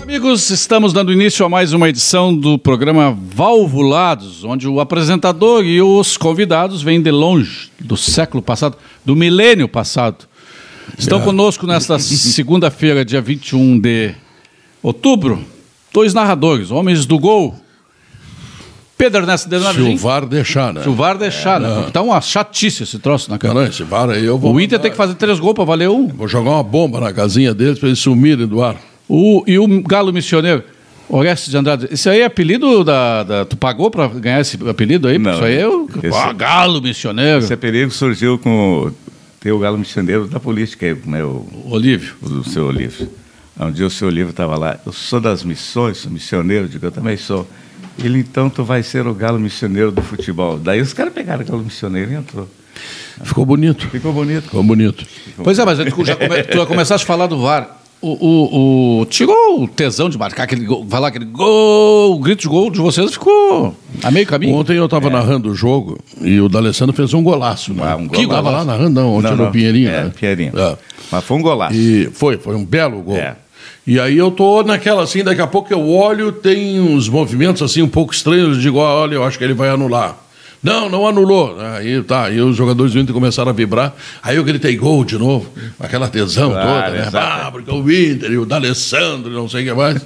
amigos, estamos dando início a mais uma edição do programa Valvulados, onde o apresentador e os convidados vêm de longe, do século passado, do milênio passado. Estão conosco nesta segunda-feira, dia 21 de outubro, dois narradores, homens do gol. Pedro Ernesto Se o Denardim. VAR deixar, né? Se o VAR deixar, né? Porque tá uma chatice esse troço na cara. Caramba, esse VAR aí eu vou. O Inter tem que fazer três gols para valer um. Vou jogar uma bomba na casinha deles pra eles sumirem do ar. O, e o Galo Missioneiro, Orestes de Andrade, esse aí é apelido da. da- tu pagou pra ganhar esse apelido aí? Não. Isso aí é o. Esse- Ah, Galo Missioneiro. Esse é apelido surgiu com o teu galo missioneiro da política, como é o, Olívio. o do seu Olívio. Um dia o seu Olívio estava lá, eu sou das missões, sou missioneiro, eu digo, eu também sou. Ele, então, tu vai ser o galo missioneiro do futebol. Daí os caras pegaram o galo missioneiro e entrou. Ficou bonito. Ficou bonito. Ficou bonito. Pois é, mas tu já, come, tu já começaste a falar do VAR. O, o, o- tirou o tesão de marcar aquele gol, falar aquele gol, o grito de gol de vocês ficou a meio caminho. Ontem eu tava narrando o jogo e o D'Alessandro fez um golaço, né? É. Ah, um que golaço. tava lá narrando, não, ontem Não, no não. Pinheirinho, É, né? Pinheirinho. É. Mas foi um golaço. E foi, foi um belo gol. É. E aí eu tô naquela assim, daqui a pouco eu olho, tem uns movimentos assim um pouco estranhos, eu digo, ah, olha, eu acho que ele vai anular. Não, não anulou. Aí tá, aí os jogadores do Inter começaram a vibrar. Aí eu gritei gol de novo, aquela tesão Claro, toda, né? exato. Ah, porque o Inter e o D'Alessandro, e não sei o que mais.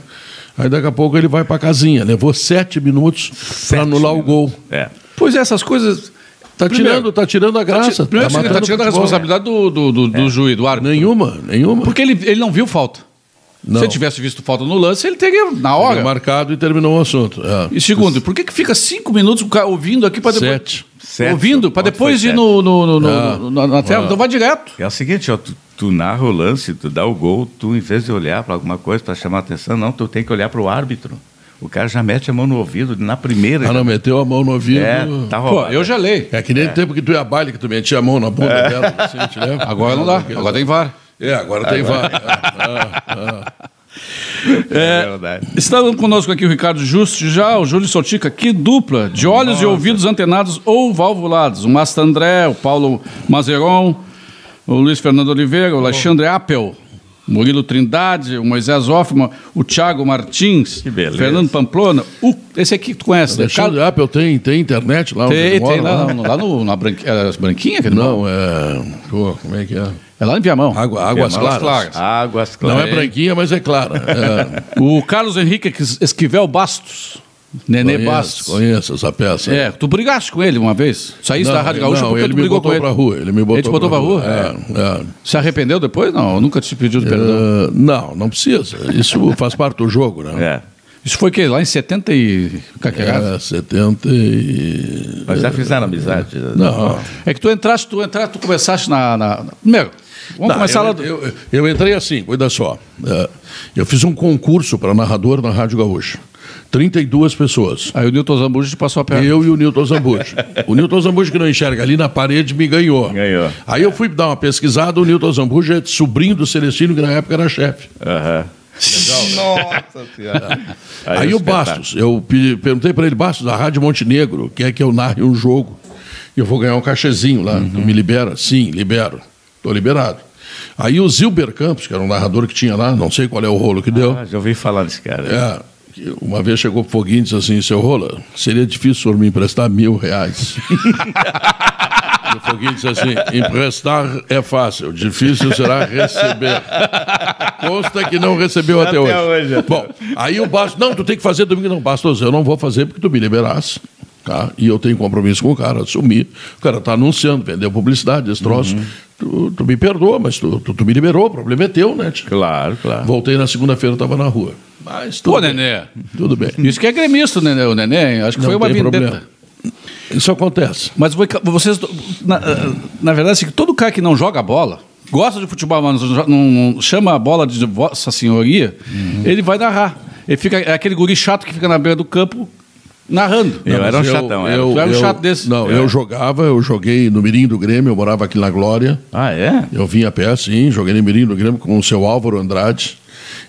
Aí daqui a pouco ele vai pra casinha. Levou sete minutos pra anular o gol. É. Pois é, essas coisas. Tá Primeiro- tirando, tá tirando Tá, a graça. ti- primeiro, tá, matando tirando a o futebol. É. responsabilidade do, do, do, do juiz, do árbitro. Nenhuma, nenhuma. Porque ele, ele não viu falta. Não. Se ele tivesse visto falta no lance, ele teria na Foi hora. é marcado e terminou o assunto. É. E segundo, por que, que fica cinco minutos o cara ouvindo aqui para depois. Sete. Sete. Ouvindo, para Ontem depois foi ir sete. no, no- no- no- Ah. no- na- na tela. Então vai direto. É o seguinte, ó, tu, tu narra o lance, tu dá o gol, tu em vez de olhar para alguma coisa para chamar atenção, não, tu tem que olhar para o árbitro. O cara já mete a mão no ouvido na primeira. Ah, não, meteu a mão no ouvido. é, tá Pô, roubado. eu já leio. É que nem o tempo que tu ia a baile, que tu metia a mão na bunda dela. Assim, te lembra? Agora não dá. Agora tem VAR. É, agora tem várias. Ah, É verdade. Está conosco aqui o Ricardo Justo, já o Júlio Sotica, que dupla de olhos e ouvidos antenados ou valvulados. O Masta André, o Paulo Mazeron, o Luiz Fernando Oliveira, o Alexandre Appel, o Murilo Trindade, o Moisés Hoffman, o Thiago Martins, Que beleza. Fernando Pamplona, o- esse aqui que tu conhece, né? Alexandre Apple tem, tem internet lá onde Tem, ele mora, tem lá, lá. no- lá no, na branqui, é, as branquinhas? que ele mora? Não, é. Pô, como é que é? É lá em Viamão. Água, águas Viamão, claras. Claras. Águas Não claras. é branquinha, mas é clara. O Carlos Henrique Ex- Esquivel Bastos. É. Nenê Conheço, Bastos. conheço essa peça. É, tá tu brigaste com ele uma vez? Saíste da Rádio Gaúcha não, porque ele tu me brigou botou com ele. pra rua. Ele me botou, Ele te botou pra rua? É, é. Se arrependeu depois? Não, eu nunca te pediu de perdão. Ah, não, não precisa. Isso faz parte do jogo, né? É. Isso foi o quê? Lá em 70 e... É. caquerada? 70 e. Mas já fizeram amizade? Não. É. que tu entraste, tu entraste, tu começaste na... na- na- Primeiro, vamos Não, começar eu, lá... do- eu, eu entrei assim, cuida só. É, eu fiz um concurso para narrador na Rádio Gaúcha. 32 pessoas. Aí o Newton Zambujo te passou a perna. Eu e o Newton Zambucci. O Newton Zambucci que não enxerga ali na parede me ganhou. Ganhou. Aí eu fui dar uma pesquisada, o Newton Zambucci é sobrinho do Celestino, que na época era chefe. Aham. Nossa senhora. Aí, o espetáculo. Bastos, eu pe- perguntei para ele, Bastos, da Rádio Montenegro, quer que eu narre um jogo? E Eu vou ganhar um cachezinho lá. Tu me libera? Sim, libero. Estou liberado. Aí o Zilber Campos, que era um narrador que tinha lá, não sei qual é o rolo que deu. Ah, já ouvi falar desse cara. É, que uma vez chegou o Foguinho e disse assim, seu Rola, seria difícil o senhor me emprestar mil reais. E o Foguinho disse assim, emprestar é fácil, difícil será receber. Consta que não recebeu até, Até hoje. hoje, até Bom, aí o Bastos, não, tu tem que fazer domingo. Não, Bastos, eu não vou fazer porque tu me liberasse. Tá? E eu tenho compromisso com o cara, assumi. O cara tá anunciando, vendeu publicidade, esse troço. Uhum. Tu, tu me perdoa, mas tu, tu, tu me liberou, o problema é teu, né? tia? Claro, claro. Voltei na segunda-feira, estava na rua. Mas tudo Pô, bem. Nenê. Tudo bem. Isso que é gremista, o Nenê. O Nenê, hein? acho que Não foi uma tem vendetta. problema. Isso acontece. Mas voi- vocês, na, na verdade, assim, todo cara que não joga bola, gosta de futebol, mas não, jo- não- não chama a bola de vossa senhoria, Uhum. ele vai narrar. Ele fica, é aquele guri chato que fica na beira do campo narrando. Eu Não, era um mas chatão, era. Tu era um chato desse. Não, É. eu jogava, eu joguei no Mirim do Grêmio, eu morava aqui na Glória. Ah, é? Eu vim a pé, sim, joguei no Mirim do Grêmio com o seu Álvaro Andrade.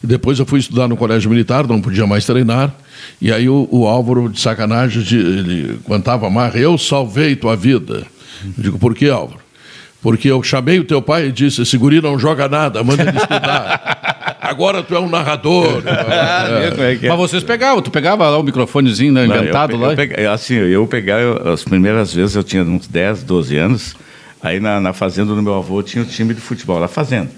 E depois eu fui estudar no Colégio Militar, não podia mais treinar. E aí o, o Álvaro, de sacanagem, de- ele cantava marra, eu salvei tua vida. Eu digo, por que, Álvaro? Porque eu chamei o teu pai e disse, esse guri não joga nada, manda ele estudar. Agora tu é um narrador. Vê como é que é. Mas vocês pegavam, tu pegava lá o microfonezinho né, Não, eu inventado pe- lá? eu pega- eu, assim, eu pegava, eu- as primeiras vezes eu tinha uns 10, 12 anos, aí na, na fazenda do meu avô tinha o time de futebol, na fazenda.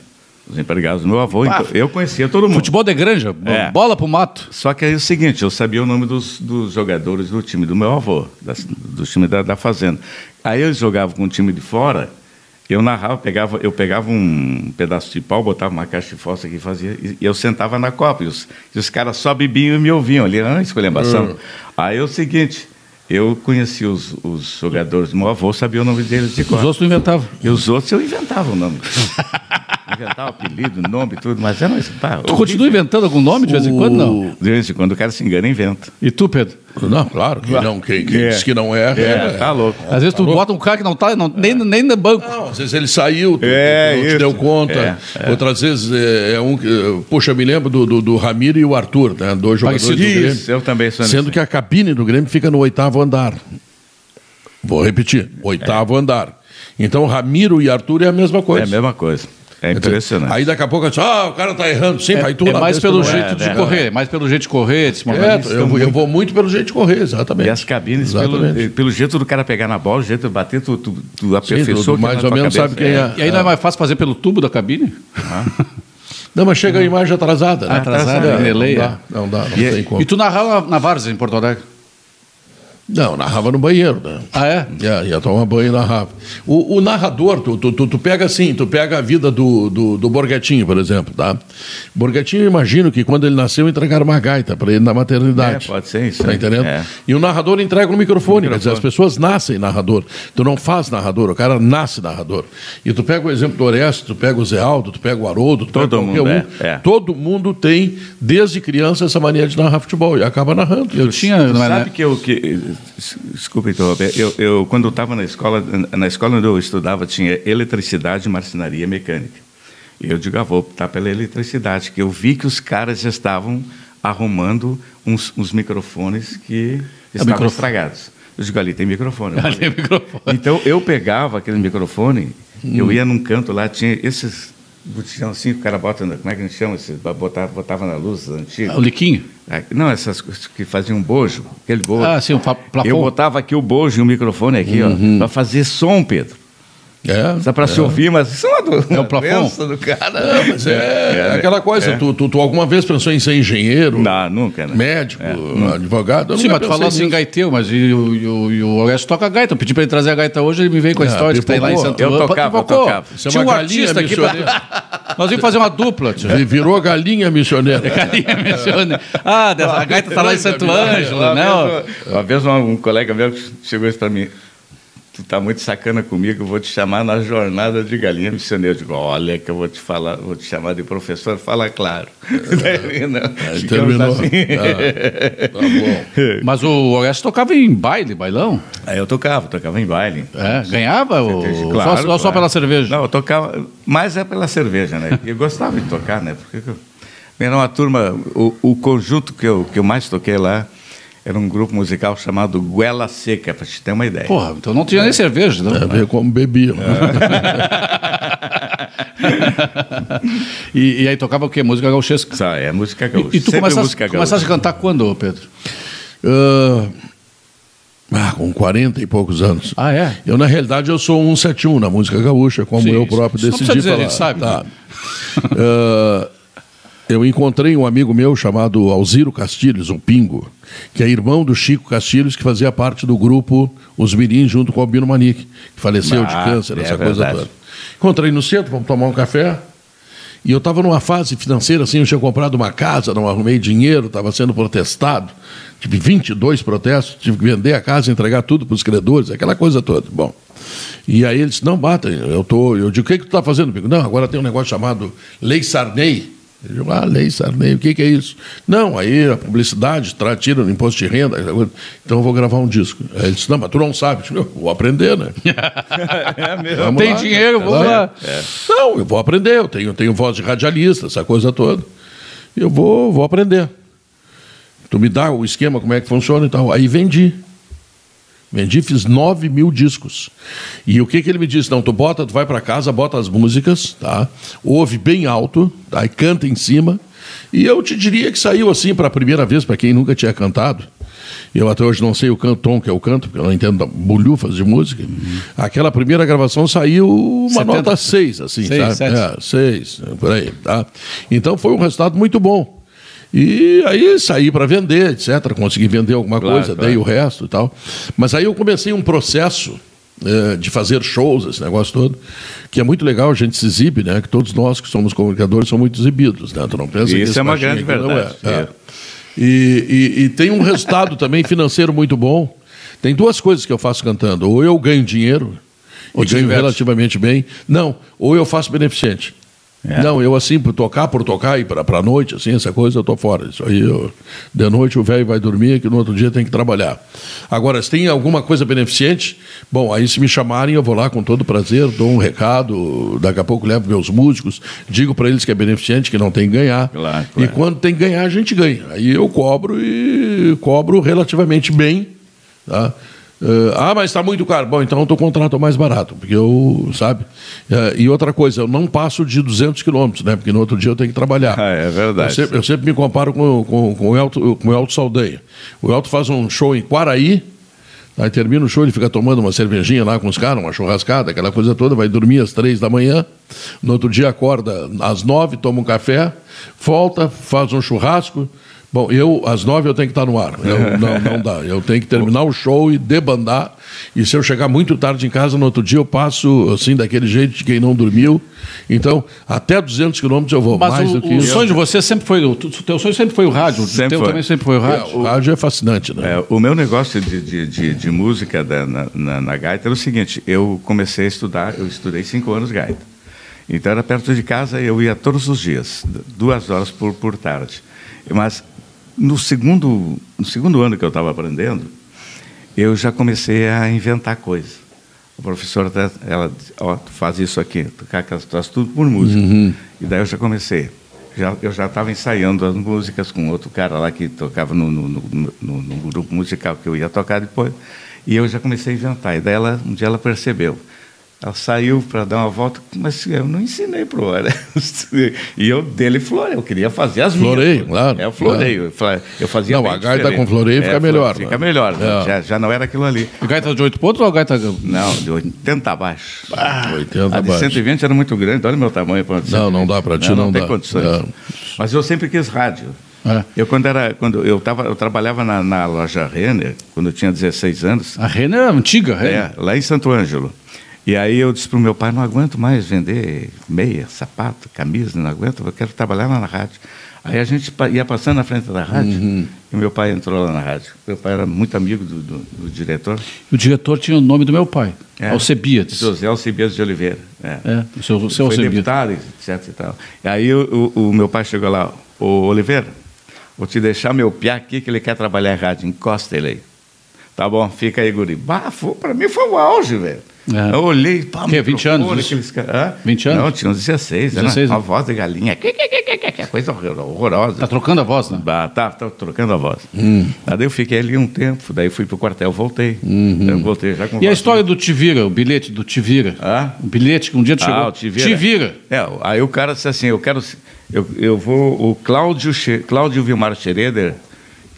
Os empregados do meu avô, então, eu conhecia todo mundo. Futebol de granja, É. bola pro mato. Só que aí é o seguinte, eu sabia o nome dos, dos jogadores do time do meu avô, das- do time da, da fazenda. Aí eu jogava com o time de fora, eu narrava, pegava, eu pegava um pedaço de pau, botava uma caixa de fósforo aqui e fazia, e, e eu sentava na copa, e os, e os caras só bebiam e me ouviam ali, ah, escolhembação. Hum. Aí é o seguinte, eu conheci os, os jogadores do meu avô, sabia o nome deles de Os cor. outros tu inventava. E os outros eu inventava o nome. inventava apelido, nome, tudo, mas era... Pá, Tu continua inventando algum nome de vez em quando, não? de vez em quando o cara se engana e inventa. E tu, Pedro? Não, claro que não. Quem, quem É. diz que não é, é. tá louco. Às vezes tu bota um cara que não tá não- nem, nem no banco. Não, às vezes ele saiu, tu, É, tu não isso. é. te deu conta. Outras vezes é, é um. que- Poxa, eu me lembro do, do, do Ramiro e o Arthur, né? Dois jogadores do Grêmio. Isso, eu também sou Sendo que a cabine do Grêmio fica no oitavo andar. Vou repetir, oitavo andar. Então Ramiro e Arthur é a mesma É coisa. a mesma coisa. É Quer dizer, impressionante. Aí daqui a pouco eu disse, ah, o cara tá errando. Sim, vai tu É lá mais mesmo, pelo tu não jeito é, de né? correr, é mais pelo jeito de correr, de se É, mobilizar. eu, vou- eu vou muito pelo jeito de correr, exatamente. e as cabines, pelo, Exatamente. pelo jeito do cara pegar na bola, o jeito de bater, tu, tu, tu Sim, tu- aperfeiçoa. tu aquilo mais na ou tua menos sabe cabeça. quem é. E aí não é mais fácil fazer pelo tubo da cabine? Não, mas chega a imagem atrasada. né? Atrasada, É, delay, não, é. dá, não dá, não E- tem como. E tu narrava na Várzea, em Porto Alegre. Não, narrava no banheiro, né? Ah, é? Ia, ia tomar banho e narrava. O, o narrador, tu, tu, tu, tu pega assim, tu pega a vida do, do, do Borghetinho, por exemplo, tá? Borghetinho, eu imagino que quando ele nasceu, entregaram uma gaita para ele na maternidade. É, pode ser isso, Tá né? entendendo? É. E o narrador entrega um microfone, quer dizer, as pessoas nascem narrador. Tu não faz narrador, o cara nasce narrador. E tu pega o exemplo do Orestes, tu pega o Zé Aldo, tu pega o Haroldo, tu Todo pega qualquer mundo, um. é, é. Todo mundo tem, desde criança, essa mania de narrar futebol e acaba narrando. Eu tinha, Tu não é, né? era- sabe que eu que des- desculpa interromper. Eu, eu quando eu estava na escola, na escola onde eu estudava tinha eletricidade, marcenaria, e mecânica. E eu digo, ah, vou optar pela eletricidade, que eu vi que os caras já estavam arrumando uns, uns microfones que estavam microfone. estragados. Eu digo, É, ali tem microfone. Hum. Eu Ali falei, é o microfone. Então eu pegava aquele microfone, eu ia num canto lá, tinha esses botijão assim, que o cara bota, na- como é que a gente chama? Esses, botava, botava na luz antiga. O Liquinho. Ah, Não, essas coisas que faziam bojo, aquele bojo. Ah, sim, o fa- eu plafon. botava aqui o bojo e o microfone aqui, ó, pra fazer som, Pedro. É. Só pra se ouvir, mas isso Uhum. é uma, do, É o uma plafon? doença do cara. Não, mas é, É, né? aquela coisa, É. tu, tu, tu alguma vez pensou em ser engenheiro, Não, nunca, né? médico, advogado? Eu É. Sim, nunca mas tu pensei falou assim, nisso. gaiteu, mas e o, e o, e o Orestes toca gaita. Eu pedi pra ele trazer a gaita hoje, ele me veio com a Ah, história de que tem lá em pipocou. Santo Eu Antônio. tocava, eu Pipocou. tocava. Isso é Tinha uma um galinha artista aqui pra... Nós vimos fazer uma dupla, tio. Ele virou galinha missioneira. Tá Galinha menciona. Ah, dessa- a gaita tá lá em Santo Ângelo, Uma né? ó. vez, uma vez um, um colega meu chegou isso pra mim. Tu tá muito sacana comigo, eu vou te chamar na jornada de galinha missioneira. Eu digo, olha que eu vou te falar, vou te chamar de professor, fala claro. Daí, não, ficamos terminou. assim. Tá bom. Mas o Orestes tocava em baile, bailão. Aí eu tocava, tocava em baile. É, ganhava? O... Cerveja, só, claro, só- só claro. pela cerveja. Não, eu tocava, mas é pela cerveja, né? Eu gostava de tocar, né? Porque eu- era uma turma, o, o conjunto que eu, que eu mais toquei lá era um grupo musical chamado Guela Seca, pra te ter uma ideia. Porra, então não tinha nem cerveja. né? Não. É ver como bebia. E, e aí tocava o quê? Música gauchesca. Só, é música gaúcha. E, e tu sempre começaste, música gaúcha. começaste a cantar quando, Pedro? Ah, ah, com 40 e poucos anos. Ah, é? Eu, na realidade, eu sou um 171 na música gaúcha, como Sim, eu isso- próprio isso não decidi precisa falar. dizer, a gente Tá. sabe. né? Ah, eu encontrei um amigo meu chamado Alziro Castilhos, o Pingo, que é irmão do Chico Castilhos, que fazia parte do grupo Os Mirins, junto com o Albino Manique, que faleceu de Ah, câncer, é essa coisa verdade. toda. Encontrei no centro, vamos tomar um café. E eu estava numa fase financeira assim, eu tinha comprado uma casa, não arrumei dinheiro, estava sendo protestado. Tive 22 protestos, tive que vender a casa, entregar tudo para os credores, aquela coisa toda. Bom, e aí ele disse, não, bata, eu tô. Eu digo, o que, que tu está fazendo? Pico? Não, agora tem um negócio chamado Lei Sarney. Eu digo, ah, Lei Sarney, o que, que é isso? Não, aí a publicidade tra- tira no imposto de renda, aquela coisa. então eu vou gravar um disco. Aí ele disse, não, mas tu não sabe. Eu digo, "Eu vou aprender, né? É mesmo. Vamos né? Tem dinheiro, vamos lá. "É, Não, eu vou aprender, eu tenho, tenho voz de radialista, essa coisa toda. Eu vou, vou aprender. Tu me dá o esquema, como é que funciona e tal. Aí vendi. Vendi, fiz 9 mil discos. E o que, que ele me disse? Não, tu bota, tu vai para casa, bota as músicas, tá? Ouve bem alto, tá? E canta em cima. E eu te diria que saiu assim para a primeira vez, para quem nunca tinha cantado. Eu até hoje não sei o canto, tom que eu canto, porque eu não entendo da- bolhufas de música. Aquela primeira gravação saiu uma 70, nota 6, assim, seis, sabe? sete. É, seis, por aí, tá? Então foi um resultado muito bom. E aí saí para vender, etc. Consegui vender alguma Claro, coisa, claro. dei o resto e tal. Mas aí eu comecei um processo eh, de fazer shows, esse negócio todo, que é muito legal, a gente se exibe, né? Que todos nós que somos comunicadores somos muito exibidos, né? Tu não pensa que Isso esse é uma baixinho grande aqui não verdade. É. E, e- e tem um resultado também financeiro muito bom. Tem duas coisas que eu faço cantando. Ou eu ganho dinheiro, ou te ganho diverte. relativamente bem. Não, ou eu faço beneficente. É. Não, eu assim, por tocar, por tocar e pra, pra noite, assim, essa coisa, eu tô fora. Isso aí, eu, de noite o velho vai dormir, que no outro dia tem que trabalhar. Agora, se tem alguma coisa beneficente, bom, aí se me chamarem, eu vou lá com todo prazer, dou um recado, daqui a pouco levo meus músicos, digo pra eles que é beneficente, que não tem que ganhar. Claro, E claro. quando tem que ganhar, a gente ganha. Aí eu cobro e cobro relativamente bem. Tá? Eh, ah, mas está muito caro. Bom, então o contrato mais barato, porque eu, sabe? Eh, e outra coisa, eu não passo de 200 quilômetros, né? Porque no outro dia eu tenho que trabalhar. Ah, é verdade. Eu sempre, eu sempre me comparo com, com, com, o Elton, com o Elton Saldanha. O Elton faz um show em Quaraí, aí termina o show, ele fica tomando uma cervejinha lá com os caras, uma churrascada, aquela coisa toda, vai dormir às três da manhã, no outro dia acorda às nove, toma um café, volta, faz um churrasco. Bom, eu, às nove, eu tenho que estar no ar. Eu- não, não dá. Eu tenho que terminar o show e debandar. E se eu chegar muito tarde em casa, no outro dia eu passo, assim, daquele jeito de quem não dormiu. Então, até 200 quilômetros eu vou. Mas mais o, do que o isso. sonho de você sempre foi. O tu- teu sonho sempre foi o rádio. o Sempre teu foi. também sempre foi o um rádio. É, o rádio é fascinante, né? É, o meu negócio de, de, de, de música da- na, na, na gaita era o seguinte: eu comecei a estudar, eu estudei cinco anos gaita. Então era perto de casa, eu ia todos os dias, d- duas horas por, por tarde. Mas no segundo, no segundo ano que eu estava aprendendo, eu já comecei a inventar coisas. A professora, até- ela disse, ó, tu faz isso aqui, tu ca- ca- tu faz tudo por música. Uhum. E daí eu já comecei. Já, eu já estava ensaiando as músicas com outro cara lá que tocava no, no, no- no- no grupo musical que eu ia tocar depois. E eu já comecei a inventar. E daí ela, um dia ela percebeu. Ela saiu para dar uma volta, mas eu não ensinei para o né? E eu dele florei, eu queria fazer as minhas. Floreio, coisas. claro, É, eu florei. Eu fa- Eu fazia Não, bem a gaita diferente. com floreio fica flore- melhor, Fica né? melhor. É. Já, já não era aquilo ali. Gaita de oito pontos ou gaita. Não, de 80 abaixo. É. Ah, 80 a de abaixo. 120 era muito grande, olha o meu tamanho. pra de Não, não 120. dá pra ti, não, não tem dá. condições. É. Mas eu sempre quis rádio. É. Eu quando era, quando eu tava, eu trabalhava na, na loja Renner, quando eu tinha 16 anos, A Renner é antiga, a Renner. é, lá em Santo Ângelo. E aí eu disse pro meu pai, não aguento mais vender meia, sapato, camisa, não aguento, eu quero trabalhar lá na rádio. Aí a gente pa- ia passando na frente da rádio e meu pai entrou lá na rádio. Meu pai era muito amigo do- do- do diretor. O diretor tinha o nome do meu pai, É. Alcebiades. José Alcebiades de Oliveira. É. É, o seu, o seu Foi Alcebiades. deputado, etc. E tal. E aí o, o- o meu pai chegou lá, ô Oliveira, vou te deixar meu piá aqui que ele quer trabalhar em rádio, encosta ele aí. Tá bom, fica aí, guri. Bah, foi, pra mim foi o auge, velho. É. Eu olhei, pá, Que, 20 anos microfone, isso? aqueles caras- Hã? 20 anos? Não, tinha uns 16, né? 16, Uma né? voz de galinha. Que, que, que, que, que, que, Coisa horror- horrorosa. Tá Hum. trocando a voz, né? Bah, tá, tá trocando a voz. Aí eu fiquei ali um tempo, daí fui pro quartel, voltei. Eu voltei já com Uhum. E a voz história do Te Vira, o bilhete do Te Vira? Hã? O bilhete que um dia tu chegou. Ah, o Te Vira. Te Vira. É, aí o cara disse assim, eu quero... Eu, eu vou... O Cláudio, Sche- Cláudio Vilmar Schroeder,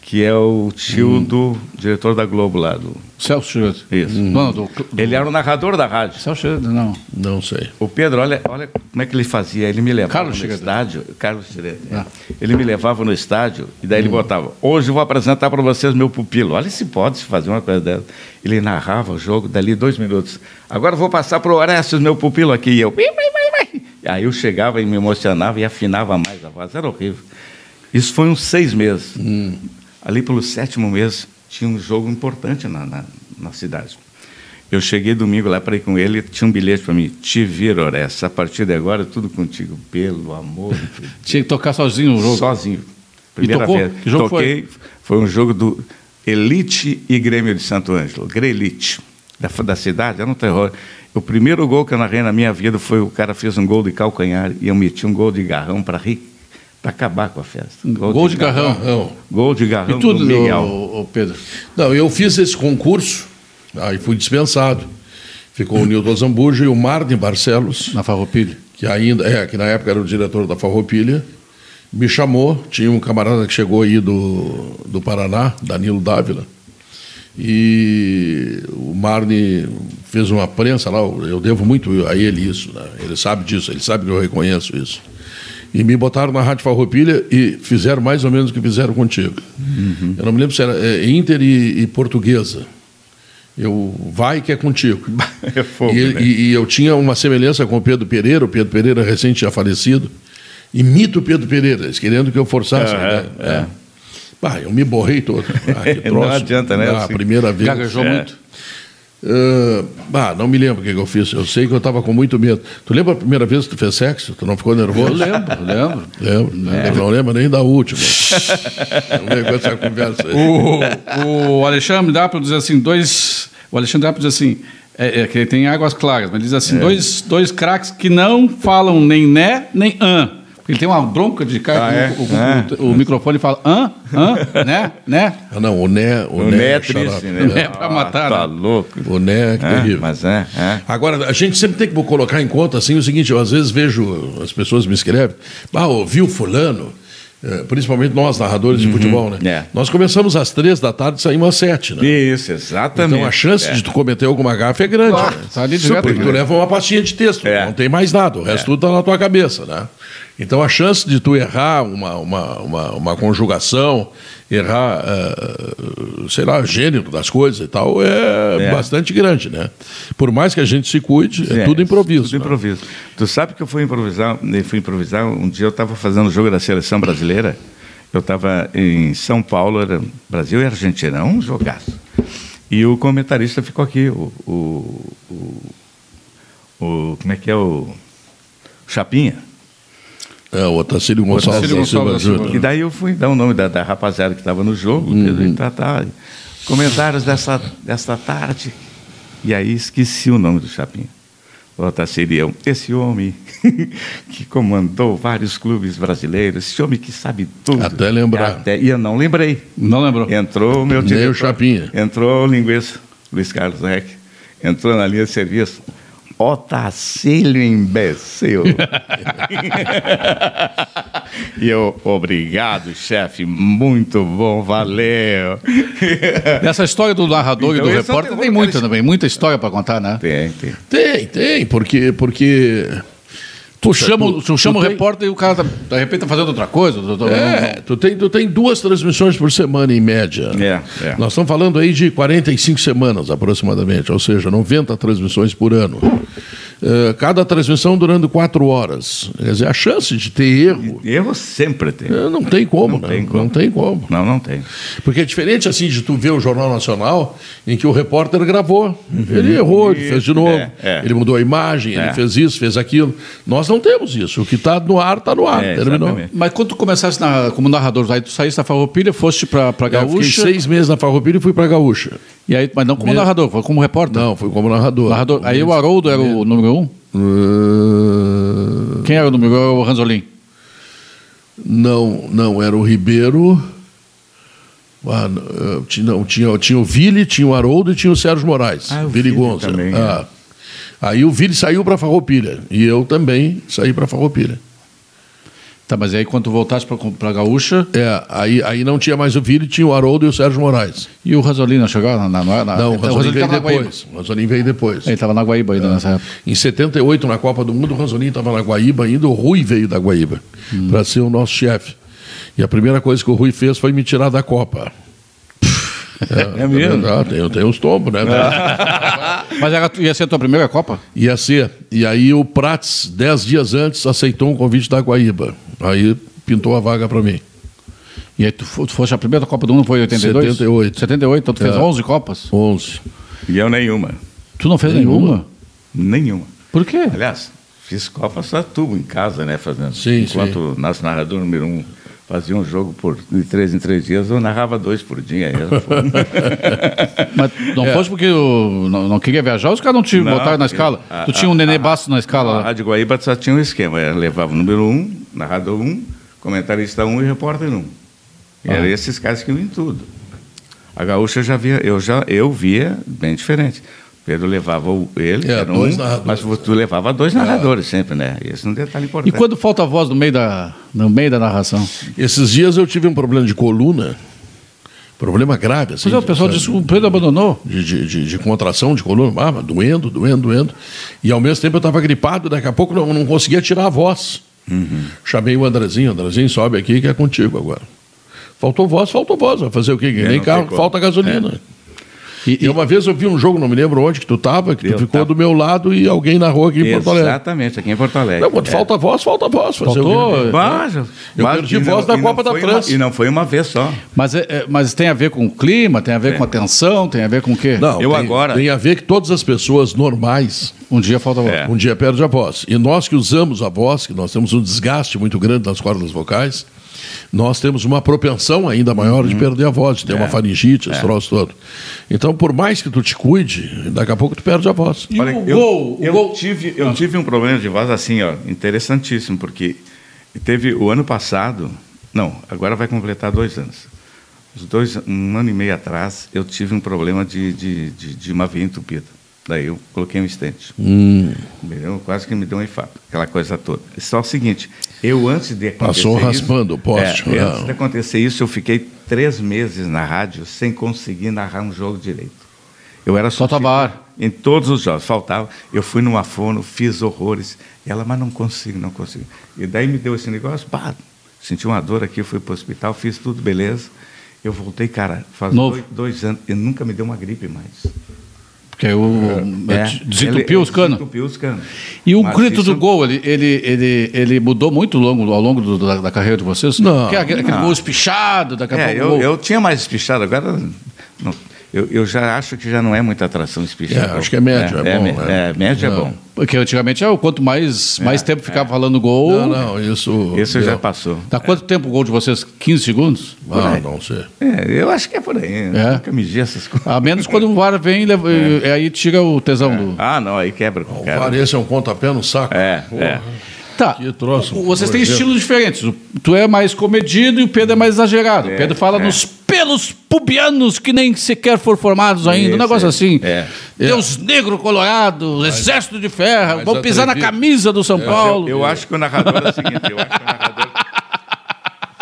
que é o tio do diretor da Globo lá. Do, Celso Schroeder. Hum. Isso. Não, do, do- ele era o narrador da rádio. Celso Schroeder, não. Não sei. O Pedro, olha, olha como é que ele fazia. Ele me levava Carlos no Schroeder. estádio... Carlos Schroeder. é. Ele me levava no estádio e daí ele botava... Hoje eu vou apresentar para vocês meu pupilo. Olha se pode se fazer uma coisa dessa. Ele narrava o jogo, dali dois minutos. Agora eu vou passar para o Orestes, meu pupilo aqui. E eu... Aí eu chegava e me emocionava e afinava mais a voz. Era horrível. Isso foi uns seis meses. Ali pelo sétimo mês, tinha um jogo importante na, na, na cidade. Eu cheguei domingo lá para ir com ele, tinha um bilhete para mim. Te vira, Orestes, a partir de agora é tudo contigo. Pelo amor de Deus. Tinha que tocar sozinho o jogo. Sozinho. E Primeira tocou? vez. Que jogo Toquei. Foi? um jogo do Elite e Grêmio de Santo Ângelo. Grelite. Da, da cidade, era um terror. O primeiro gol que eu narrei na minha vida foi o cara fez um gol de calcanhar e eu meti um gol de garrão para rir, para acabar com a festa. Gol de garrão. Não. Gol de garrão E tudo, do Miguel. ô, ô, Pedro. Não, eu fiz esse concurso Aí fui dispensado. Ficou o Nildo Zambujo e o Martin Barcelos, Na Farroupilha. que ainda é, que na época era o diretor da Farroupilha, me chamou, tinha um camarada que chegou aí do, do Paraná, Danilo Dávila, e o Marne fez uma prensa lá, eu devo muito a ele isso, né? ele sabe disso, ele sabe que eu reconheço isso. E me botaram na Rádio Farroupilha e fizeram mais ou menos o que fizeram contigo. Uhum. Eu não me lembro se era é, Inter e, e Portuguesa. Eu, vai que é contigo. É fogo, E, ele- né? e- e eu tinha uma semelhança com o Pedro Pereira, o Pedro Pereira recente já falecido. Imito o Pedro Pereira, eles querendo que eu forçasse. Aham, né? É. Bah, eu me borrei todo. Ah, que Não troço. adianta, né? Ah, A Assim, primeira vez. Gaguejou É. muito. Ah, bah, não me lembro o que, que eu fiz. Eu sei que eu estava com muito medo. Tu lembra a primeira vez que tu fez sexo? Tu não ficou nervoso? Eu lembro, lembro. Lembro. É. Eu não lembro nem da última. não lembro essa conversa. aí. O, o Alexandre dá para dizer assim, dois. O Alexandre dá para dizer assim, é, é que ele tem águas claras, mas ele diz É. assim, dois, dois craques que não falam nem né, nem hã. Ele tem uma bronca de cara Ah, que o, é? o- o- o microfone fala hã, hã, né, né. Ah, não, o Né. O, O né, Né é xarope, triste, né? É pra matar, Tá né? louco. O Né é É, terrível. mas é, é. Agora, a gente sempre tem que colocar em conta assim o seguinte, eu às vezes vejo, as pessoas me escrevem, ah, ouviu fulano, eh, principalmente nós, narradores de futebol, né? É. Nós começamos às três da tarde e saímos às sete, né? Isso, exatamente. Então a chance É. de tu cometer alguma gafe é grande. Claro, né? tá ali direto, Porque tu né? leva uma pastinha de texto, É. não tem mais nada, o resto tudo tá na tua cabeça, né? Então a chance de tu errar uma, uma, uma, uma conjugação, errar, eh, sei lá, gênero das coisas e tal, é, É. bastante grande, né? Por mais que a gente se cuide, é, tudo improviso. né? Tudo improviso. Tu sabe que eu fui improvisar, eu fui improvisar, um dia eu estava fazendo o jogo da seleção brasileira, eu estava em São Paulo, era Brasil e Argentina, era um jogaço. E o comentarista ficou aqui, o, o, o- o- como é que é o, Chapinha. É, o Otacílio Gonçalves, Otacílio da Silva Gonçalves da Silva. Júnior. E daí eu fui dar o nome da, da rapaziada que estava no jogo, Uhum. Pedro, e tá, tá, comentários dessa, dessa tarde. E aí esqueci o nome do Chapinha. Outra seria eu, esse homem que comandou vários clubes brasileiros, esse homem que sabe tudo. Até lembrar. Até- e eu não lembrei. Não lembrou. É. Entrou o meu Nem diretor. o Chapinha. Entrou o linguiça, Luiz Carlos Reck. Entrou na linha de serviço. Otacílio imbecil. e eu, obrigado, chefe, muito bom, valeu. Essa história do narrador Então, e do esse é o repórter teu- tem muita também, muita história para contar, né? tem, tem. Tem, tem, porque. porque... Tu chama, o- tu- tu chama tu o tem- repórter e o cara, tá, de repente, tá fazendo outra coisa. tu- tu- Uhum. É, tu tem, tu tem duas transmissões por semana, em média. É, é. Nós estamos falando aí de 45 semanas, aproximadamente, ou seja, 90 transmissões por ano. Eh, cada transmissão durando quatro horas. Quer dizer, a chance de ter erro. Erro sempre tem. eh, Não tem como, Não né? tem como. Não tem como. Não, não tem. Porque é diferente assim de tu ver o Jornal Nacional em que o repórter gravou. Ele errou, ele fez de novo. Uhum. É, é. Ele mudou a imagem, ele É. fez isso, fez aquilo. Nós não temos isso. O que está no ar, está no ar. É, Terminou. exatamente. Mas quando tu começasse na- como narrador, aí tu saísse da Farroupilha, foste para Eu fiquei Gaúcha, seis meses na Farroupilha e fui para Gaúcha. e aí, mas não como narrador, foi como repórter. Não, fui como narrador. Narrador. Aí o Haroldo era o número um? Ah, Uh, Quem era o número um? Era o Ranzolin. não, não, era o Ribeiro. Ah, n- ah, ti- não, tinha, tinha o Vili, tinha o Haroldo e tinha o Sérgio Moraes. Ah, o Vili Vili Gonza. também, é. Ah. Aí o Vili saiu para Farroupilha. E eu também saí para Farroupilha. Tá, mas aí quando tu voltasse para Gaúcha É, aí, aí não tinha mais o Vili, tinha o Haroldo e o Sérgio Moraes. e o Ranzolin não chegava na, na, na- Não, Ah, o então, Ranzolin veio tava na Guaíba. depois. É. O Ranzolin veio depois. Ele estava na Guaíba ainda nessa época. Em 78, na Copa do Mundo, o Ranzolin estava na Guaíba ainda, o Rui veio da Guaíba para ser o nosso chefe. E a primeira coisa que o Rui fez foi me tirar da Copa. É mesmo? É. Ah, tem, tem os tombos, né? Mas era, tu- ia ser a tua primeira Copa? Ia ser. E aí o Prats, dez dias antes, aceitou um convite da Guaíba. Aí pintou a vaga para mim. E aí tu, fo- tu foste a primeira Copa do Mundo, foi em 82? 78. 78, então tu fez É. 11 Copas. 11. E eu nenhuma. Tu não fez Nenhuma. nenhuma? Nenhuma. Por quê? Aliás, fiz Copa só tubo em casa, né? Fazendo. Sim, Enquanto nosso narrador número um fazia um jogo por, de três em três dias, eu narrava dois por dia. Era foda. Mas não É. fosse porque eu não, não queria viajar, os caras não te Não, botaram na eu- escala. a- tu tinha a- um Nenê a- Basso na A escala. lá. Rádio Guaíba só tinha um esquema, era levava o número um, narrador Ah. um, comentarista um e repórter um. E Era esses caras que iam em tudo. A gaúcha eu já via, eu já eu via bem diferente. Pedro levava o- ele, É, era dois um, mas narradores. tu levava dois narradores sempre, né? Esse é um detalhe E importante. quando falta a voz no meio da, no meio da narração? Esses dias eu tive um problema de coluna, problema grave. Assim, Pois é, o pessoal sabe? disse que o Pedro abandonou. de, de, de- de contração de coluna, ah, mas doendo, doendo, doendo. E ao mesmo tempo eu estava gripado, daqui a pouco não, não conseguia tirar a voz. Uhum. Chamei o Andrezinho, Andrezinho, sobe aqui que é contigo agora. Faltou voz, faltou voz. Vai fazer o quê? Que É, Nem não carro, tem como. É. falta gasolina. E, E, e- uma vez eu vi um jogo, não me lembro onde que tu estava, que tu Eu ficou tava. do meu lado e alguém narrou aqui em Porto Alegre. Exatamente, aqui em Porto Alegre. Não, quando É. falta voz, falta voz. Fazer Faltou, o quê? Mas, Eu mas- perdi e voz não- na e não Copa da foi França. uma- e não foi uma vez só. mas, é- é- mas tem a ver com o clima, tem a É. ver com a tensão, tem a ver com o quê? Não, Eu tem- agora- tem a ver que todas as pessoas normais Um dia falta a voz. É. Um dia perde a voz. E nós que usamos a voz, que nós temos um desgaste muito grande nas cordas vocais, nós temos uma propensão ainda maior Uhum. de perder a voz, de ter uma É. faringite, esse troço todo. Então, por mais que tu te cuide, daqui a pouco tu perde a voz. E Olha, o eu, gol, o eu gol- Ah. tive, eu tive um problema de voz assim, ó, interessantíssimo, porque teve o ano passado, não, agora vai completar dois anos. Os dois, um ano e meio atrás, eu tive um problema de, de, de, de uma veia entupida. Daí eu coloquei um estente. Hum. Me deu- Quase que me deu um infarto, aquela coisa toda. É Só o seguinte, eu antes de acontecer Passou isso- raspando o poste, É, né? antes de acontecer isso, eu fiquei três meses na rádio sem conseguir narrar um jogo direito. Eu era tipo Solta substitu- bar. em todos os jogos, faltava. Eu fui numa fono, fiz horrores. Ela, mas não consigo, não consigo. E daí me deu esse negócio, pá, senti uma dor aqui, fui para o hospital, fiz tudo, beleza. Eu voltei, cara, faz Novo. dois, dois anos, e nunca me deu uma gripe mais. Porque o, É, desentupiu ele- os canos. Desentupiu os canos. E o Mas grito isso- do gol, ele, ele, ele, ele mudou muito ao longo, ao longo do- da, da carreira de vocês? Não. Porque aquele, aquele gol espichado, daqui a É, pouco. o eu, gol- eu tinha mais espichado, agora. não. eu, eu já acho que já não é muita atração espichada. É, acho que é médio, é bom, me- é. é, médio é Não. bom. Porque antigamente, ah, quanto mais, É, mais tempo ficava falando gol. Não, não, isso. Isso deu- já passou. Dá quanto tempo o gol de vocês? 15 segundos? Ah, não sei. É, eu acho que é por aí. É? né? Nunca medi essas coisas. A menos quando o VAR vem, leva- É. e- e aí tira o tesão do. Ah, não, aí quebra com o O cara. VAR, esse é um pontapé no saco. É, Porra. é. Tá. Que troço, O- Vocês por têm exemplo. estilos diferentes. O- Tu é mais comedido e o Pedro é mais exagerado. O É, Pedro fala é. nos pelos pubianos que nem sequer foram formados ainda. um Isso, negócio é. assim. É. Deus negro colorado, exército de ferro, mas É. vão pisar na atrevido. camisa do São Eu, Paulo. eu acho que o narrador é o seguinte, eu acho que o narrador.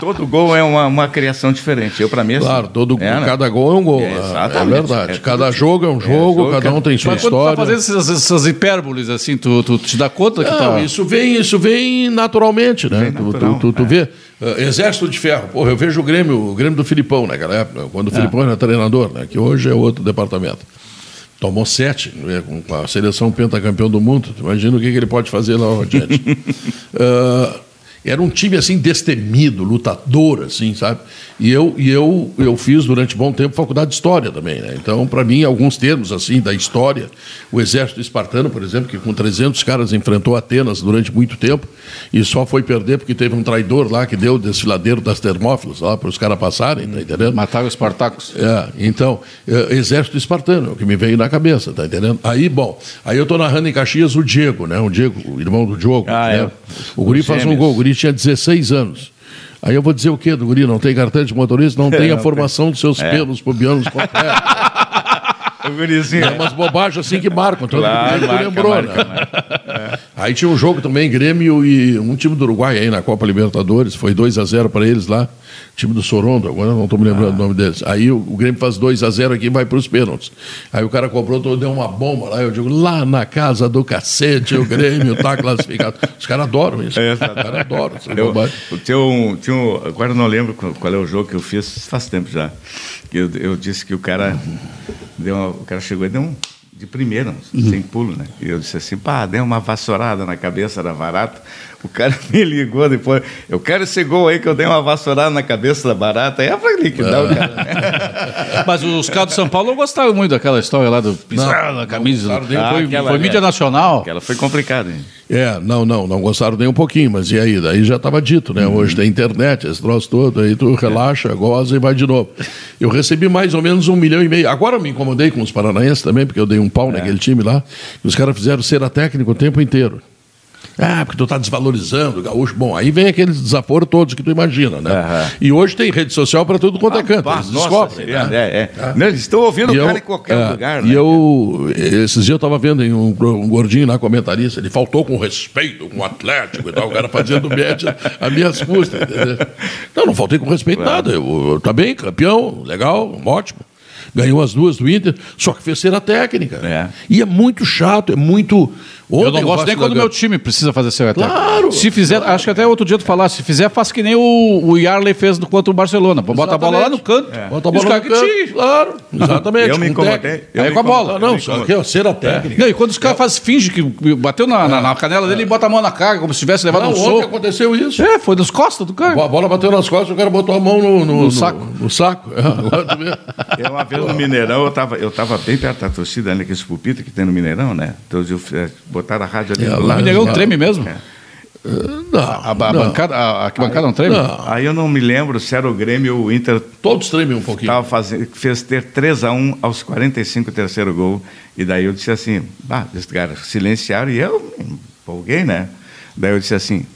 Todo gol é uma, uma criação diferente. Eu, pra mim, é assim. Claro, todo, É, né? cada gol é um gol. É, É, exatamente. verdade. É tudo- cada jogo é um jogo, jogo, cada um tem sua Mas quando tu tá história. fazendo essas, essas hipérboles assim, tu, tu te dá conta que Não, tá... isso vem, isso vem naturalmente, né? Ah. Vem Tu- natural, tu tu, tu é. vê. eh, Exército de Ferro, porra, eu vejo o Grêmio, o Grêmio do Filipão naquela época, É. quando o Filipão era treinador, né? Que hoje é outro departamento. Tomou sete, né, com com a seleção pentacampeão do mundo. Tu Imagina o que, que ele pode fazer lá adiante. Ah, era um time assim destemido, lutador, assim, sabe? E eu, e eu, eu fiz durante bom tempo faculdade de história também, né? Então, para mim, alguns termos assim da história, o exército espartano, por exemplo, que com 300 caras enfrentou Atenas durante muito tempo e só foi perder porque teve um traidor lá que deu o desfiladeiro das Termófilas lá para os caras passarem, tá entendendo? Mataram os Spartacus. É, então, é, exército espartano, é o que me veio na cabeça, tá entendendo? Aí, bom, aí eu tô narrando em Caxias o Diego, né? O Diego, o irmão do Diogo. Ah, né? é. O Guri Os faz um gêmeos. gol, o Guri tinha 16 anos. Aí eu vou dizer o quê do Guri? Não tem cartão de motorista, não tem a não É. formação dos seus pelos pubianos completos. O gurizinho. É umas bobagens assim que marcam, tanto Claro, que o Guri marca, lembrou, marca, né? marca. Aí tinha um jogo também, Grêmio e um time do Uruguai aí na Copa Libertadores, foi 2 a 0 para eles lá, time do Sorondo, agora eu não estou me Ah. lembrando o nome deles. Aí o, o Grêmio faz 2 a 0 aqui e vai para os pênaltis. Aí o cara cobrou, todo- deu uma bomba lá, eu digo, lá na casa do cacete, o Grêmio tá classificado. Os caras adoram isso, É, os caras adoram. essa Eu, bobagem. eu tinha um, tinha um- agora eu não lembro qual, qual é o jogo que eu fiz, faz tempo já. Eu, eu disse que o cara deu uma- o cara chegou e deu um de primeira, um Uhum. sem pulo, né? E eu disse assim, pá, deu uma vassourada na cabeça da barata. O cara me ligou depois, eu quero esse gol aí que eu dei uma vassourada na cabeça da barata. É pra liquidar Ah. o cara. É. Mas os caras do São Paulo não gostaram muito daquela história lá do pisar na camisa. gostaram nem- Foi- Ah, foi aquela- mídia é. nacional. Ela foi complicada, hein? É, não, não, não gostaram nem um pouquinho, mas e aí? Daí já estava dito, né? Hoje tem internet, esse troço todo, aí tu relaxa, goza e vai de novo. Eu recebi mais ou menos um milhão e meio. Agora eu me incomodei com os É. paranaenses também, porque eu dei um pau naquele time lá, e os caras fizeram ser a técnica o tempo inteiro. Ah, porque tu tá desvalorizando o gaúcho. Bom, aí vem aqueles desaforo todos que tu imagina, né? Aham. E hoje tem rede social para tudo quanto é canto. Ah, Pá, Eles nossa, descobrem, é, né? é, é. Não, eles estão ouvindo o E cara eu- em qualquer é, lugar. E né? eu, esses dias eu tava vendo em um, um gordinho lá, comentarista, ele faltou com respeito com o Atlético e tal, o cara fazendo média a minhas custas. entendeu? Não, não faltei com respeito nada. Eu, eu, tá bem, campeão, legal, ótimo. Ganhou as duas do Inter, só que fez cera técnica. É. E é muito chato, é muito. Eu não gosto nem quando o meu time precisa fazer seu ataque. Claro, Se fizer, acho que até outro dia tu falasse, se fizer, faz que nem o, o Yarley fez no- contra o Barcelona. Bota a bola lá no canto. É. Bota a bola e os no caras que canto, tiram. claro, exatamente. Eu me com incomodei, técnica. eu Aí me com a bola. Não, incomodei, não, eu me só que é cera técnica. Não, e quando os caras faz, finge que bateu na, na, na canela dele e bota a mão na cara, como se tivesse levado Não, um ontem soco. aconteceu isso. É, foi nas costas do cara. A bola bateu nas costas, o cara botou a mão no, no- no- saco. No saco. É, agora tu vê. Eu, uma vez no Mineirão, eu estava eu tava bem perto da torcida, ali naquele pupita que tem no Mineirão, né? Então, eu, eh, botaram a rádio ali. É, do lá- O lado. Mineirão treme mesmo. Não, A, ba- a não, bancada, a, a arquibancada não treme? não. Aí eu não me lembro se era o Grêmio ou o Inter Todos tremem um pouquinho. tava fazendo, fez ter 3 a 1 aos 45 terceiro gol. E daí eu disse assim, bah, esse cara silenciaram e eu me empolguei, né? Daí eu disse assim,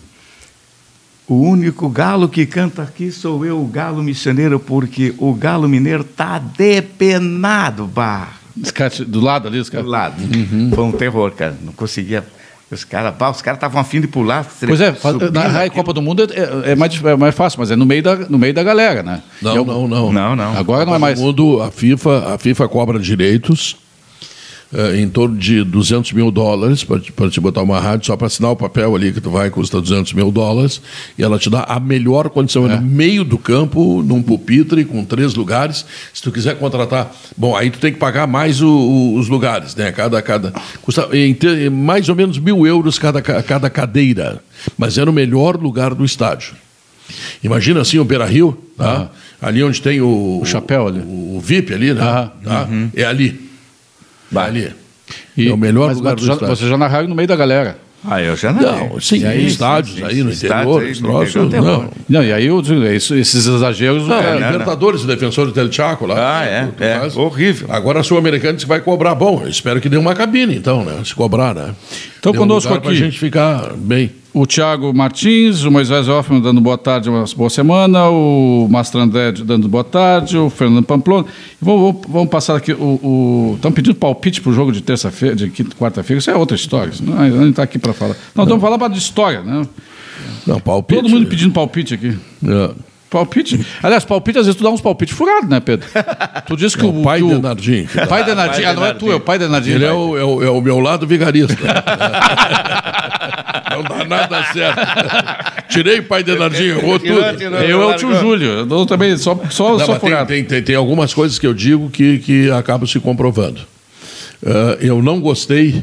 o único galo que canta aqui sou eu, o galo missioneiro, porque o galo mineiro tá depenado, bah. Os caras te- do lado ali, os Do caras. lado. Uhum. Foi um terror, cara. Não conseguia. Os caras, bah, os caras estavam afim de pular. Pois é, faz- subindo. na na Copa do Mundo é, é- é mais, dif- é mais fácil, mas é no meio da, no meio da galera, né? Não, E eu- não, não. Não, não. Agora não é mais. No mundo, a FIFA, a FIFA cobra direitos eh, em torno de 200 mil dólares para te, pra te botar uma rádio, só para assinar o papel ali que tu vai, custa 200 mil dólares, e ela te dá a melhor condição, é no meio do campo, num pupitre, com três lugares, se tu quiser contratar, bom, aí tu tem que pagar mais o- o- os lugares, né, cada, cada, custa em te- mais ou menos mil euros cada, ca- cada cadeira, mas era o melhor lugar do estádio. Imagina assim o Beira Rio, tá? ali onde tem o, O chapéu ali. O, o VIP ali, né? Aham. Uhum. Tá? É ali. É ali. E- é o melhor mas- lugar mas do já, estádio. Você já narraram no meio da galera. Ah, eu já Não, sim, E aí, estádios sim, aí no estádios interior, aí os no troços, interior, não. terror. Não, e aí eu digo, é isso- esses exageros. Não, né? é, não, Libertadores, o defensor do Telchaco lá. Ah, é, é, faz. horrível. Agora a Sul-Americana disse que vai cobrar. Bom, eu espero que dê uma cabine, então, né? Se cobrar, né? Então, Dê conosco lugar pra aqui. gente ficar bem. O Thiago Martins, o Moisés Hoffman dando boa tarde, uma boa semana, o Mastrandé dando boa tarde, o Fernando Pamplona. Vamos, vamos- vamos passar aqui o. Estão pedindo palpite para o jogo de terça-feira, de quinta- quarta-feira. Isso é outra história. isso Não, a gente está aqui para falar. Não, estamos falando pra- de história, né? Não, palpite. Todo mundo pedindo palpite aqui. É. Palpite. Aliás, palpite, às vezes tu dá uns palpites furados, né, Pedro? Tu diz que Não, o. É o pai que o- Denardinho. que dá. Pai Denardinho. Ah, não é tu, é o pai Denardinho. Ele é o, é, o, é o meu lado vigarista. Não dá nada certo. Tirei o pai de Nardinho, errou tudo. Tirou, tirou. Eu é o tio Júlio. Eu dou também só, só, só Não, mas tem, furado. tem, tem, tem algumas coisas que eu digo que, que acabam se comprovando. Ah, eu não gostei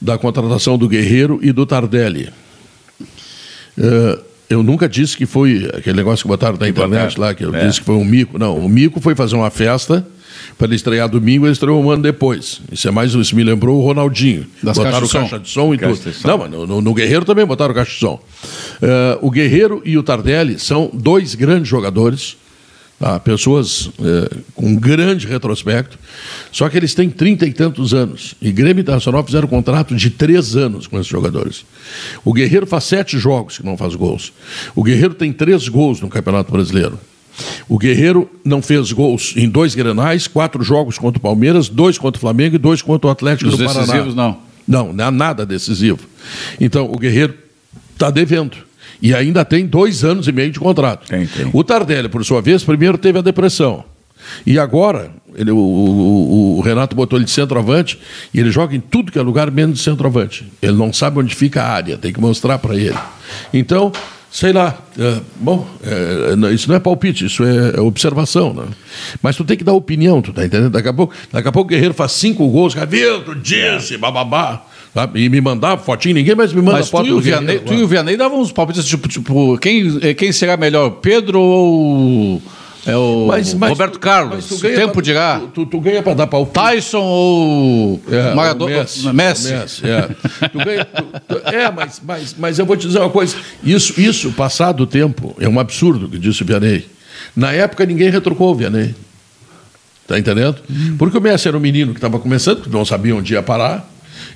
da contratação do Guerreiro e do Tardelli. Ah, eu nunca disse que foi aquele negócio que botaram na internet botaram. lá, que eu É. disse que foi um mico. Não, o mico foi fazer uma festa para ele estrear domingo ele estreou um ano depois. Isso é mais um, isso me lembrou o Ronaldinho. Das botaram caixas de som. caixa de som e Caixa tudo. de som. Não, mas no, no- no Guerreiro também botaram caixa de som. Ah, o Guerreiro e o Tardelli são dois grandes jogadores. Tá? Pessoas eh, com grande retrospecto, só que eles têm trinta e tantos anos. E Grêmio e Internacional fizeram um contrato de três anos com esses jogadores. O Guerreiro faz sete jogos que não faz gols. O Guerreiro tem três gols no Campeonato Brasileiro. O Guerreiro não fez gols em dois grenais, quatro jogos contra o Palmeiras, dois contra o Flamengo e dois contra o Atlético Os do Paraná. decisivos, não. Não, não há nada decisivo. Então, o Guerreiro está devendo. E ainda tem dois anos e meio de contrato. Tem, tem. O Tardelli, por sua vez, primeiro teve a depressão. E agora, ele- o, o- o- o Renato botou ele de centroavante e ele joga em tudo que é lugar, menos de centroavante. Ele não sabe onde fica a área, tem que mostrar para ele. Então, sei lá, é, bom, é, não- isso não é palpite, isso é, é observação. Né? Mas tu tem que dar opinião, tu tá entendendo? Daqui a pouco, daqui a pouco o Guerreiro faz cinco gols, cara, viu, tu disse, bababá. sabe? E me mandava fotinho, ninguém mais me manda Mas tu foto e, o do Vianney, Guerreiro, né? tu e o Vianney davam uns palpites, tipo, tipo quem, eh, quem será melhor, Pedro ou é o Mas- mas Roberto tu- mas Carlos? tu O ganha tempo Tá pra- dirá. Tu, tu, tu ganha para dar palpite. Tyson ou É, Maradona? o Messi. Messi. o Messi, é. Tu ganha- tu- tu- é, mas, mas, mas eu vou te dizer uma coisa. Isso, isso passado o tempo, é um absurdo o que disse o Vianney. Na época, ninguém retrucou o Vianney. Tá entendendo? Porque o Messi era um menino que estava começando, que não sabia onde ia parar.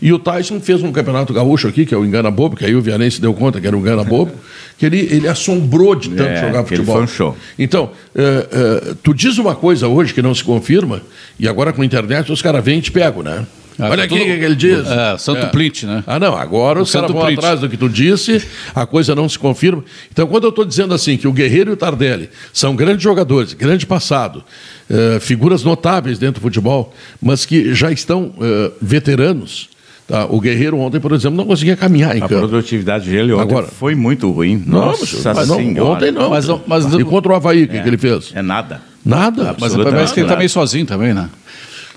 E o Tyson fez um campeonato gaúcho aqui, que é o Engana Bobo, que aí o Vianense deu conta que era o Engana Bobo, que ele, ele assombrou de tanto É, jogar que ele futebol. foi um show. Então, eh, eh, tu diz uma coisa hoje que não se confirma, e agora com a internet os caras vêm e te pegam, né? Ah, Olha aqui tudo- o que que ele diz. É, Santo Plint, né? Ah, não, agora os caras Santo vão Plint. atrás do que tu disse, a coisa não se confirma. Então, quando eu estou dizendo assim que o Guerreiro e o Tardelli são grandes jogadores, grande passado, eh, figuras notáveis dentro do futebol, mas que já estão eh, veteranos. tá? O Guerreiro ontem, por exemplo, não conseguia caminhar em A campo. produtividade dele ontem Agora- foi muito ruim. Nossa mas senhora. não, ontem não. então, Mas- mas- e contra o Havaí, o que, que ele fez? É nada. Nada. Mas absolutamente parece que ele nada. tá meio sozinho também, né?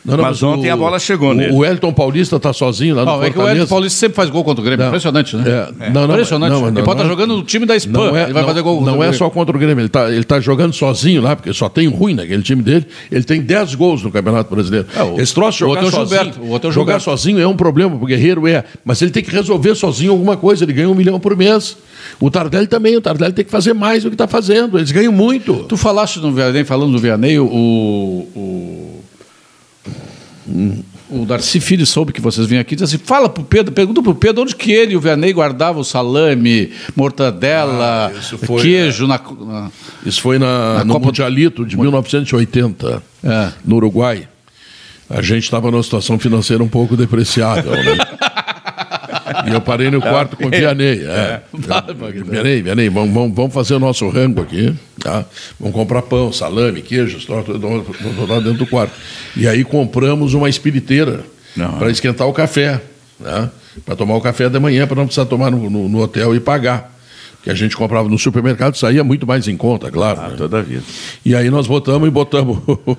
Não, não, Mas ontem a bola chegou o, nele. O Elton Paulista está sozinho lá Tá no Não, é que o Fortaleza. Hélio Paulista sempre faz gol contra o Grêmio. Não. Impressionante, né? É. Não, não, Impressionante. não, não, ele pode não estar é- jogando no time da Spam. Não é, ele vai não- fazer gol contra não o é Grêmio. só contra o Grêmio, ele está ele tá jogando sozinho lá, porque só tem ruim naquele time dele. Ele tem 10 gols no Campeonato Brasileiro. É, o- Esse troço o jogar outro é o sozinho, Gilberto, o outro é o jogar Gilberto. sozinho é um problema, o Guerreiro é. Mas ele tem que resolver sozinho alguma coisa, ele ganha um milhão por mês. O Tardelli também, o Tardelli tem que fazer mais do que está fazendo, eles ganham muito. Tu falaste do Vianney, falando do Vianney, o. o o Darcy Filho soube que vocês vinham aqui e disse assim: fala pro Pedro, pergunta pro Pedro onde que ele e o Vianney guardavam o salame, mortadela, Ah, isso foi, queijo na. co- na- Isso foi na, Na no Copa- Mundialito de 1980, É. no Uruguai. A gente estava numa situação financeira um pouco depreciável, né? E eu parei no quarto com o Vianney. É. Eu- Vianney, Vianney, vamos, vamos, vamos fazer o nosso rango aqui. Tá? Vamos comprar pão, salame, queijos, tudo, tudo, tudo lá dentro do quarto. E aí compramos uma espiriteira Não. para esquentar o café. Né? Para tomar o café da manhã, para não precisar tomar no, no- no hotel e pagar. Que a gente comprava no supermercado, saía muito mais em conta, claro. né? Toda a vida. E aí nós botamos e botamos o-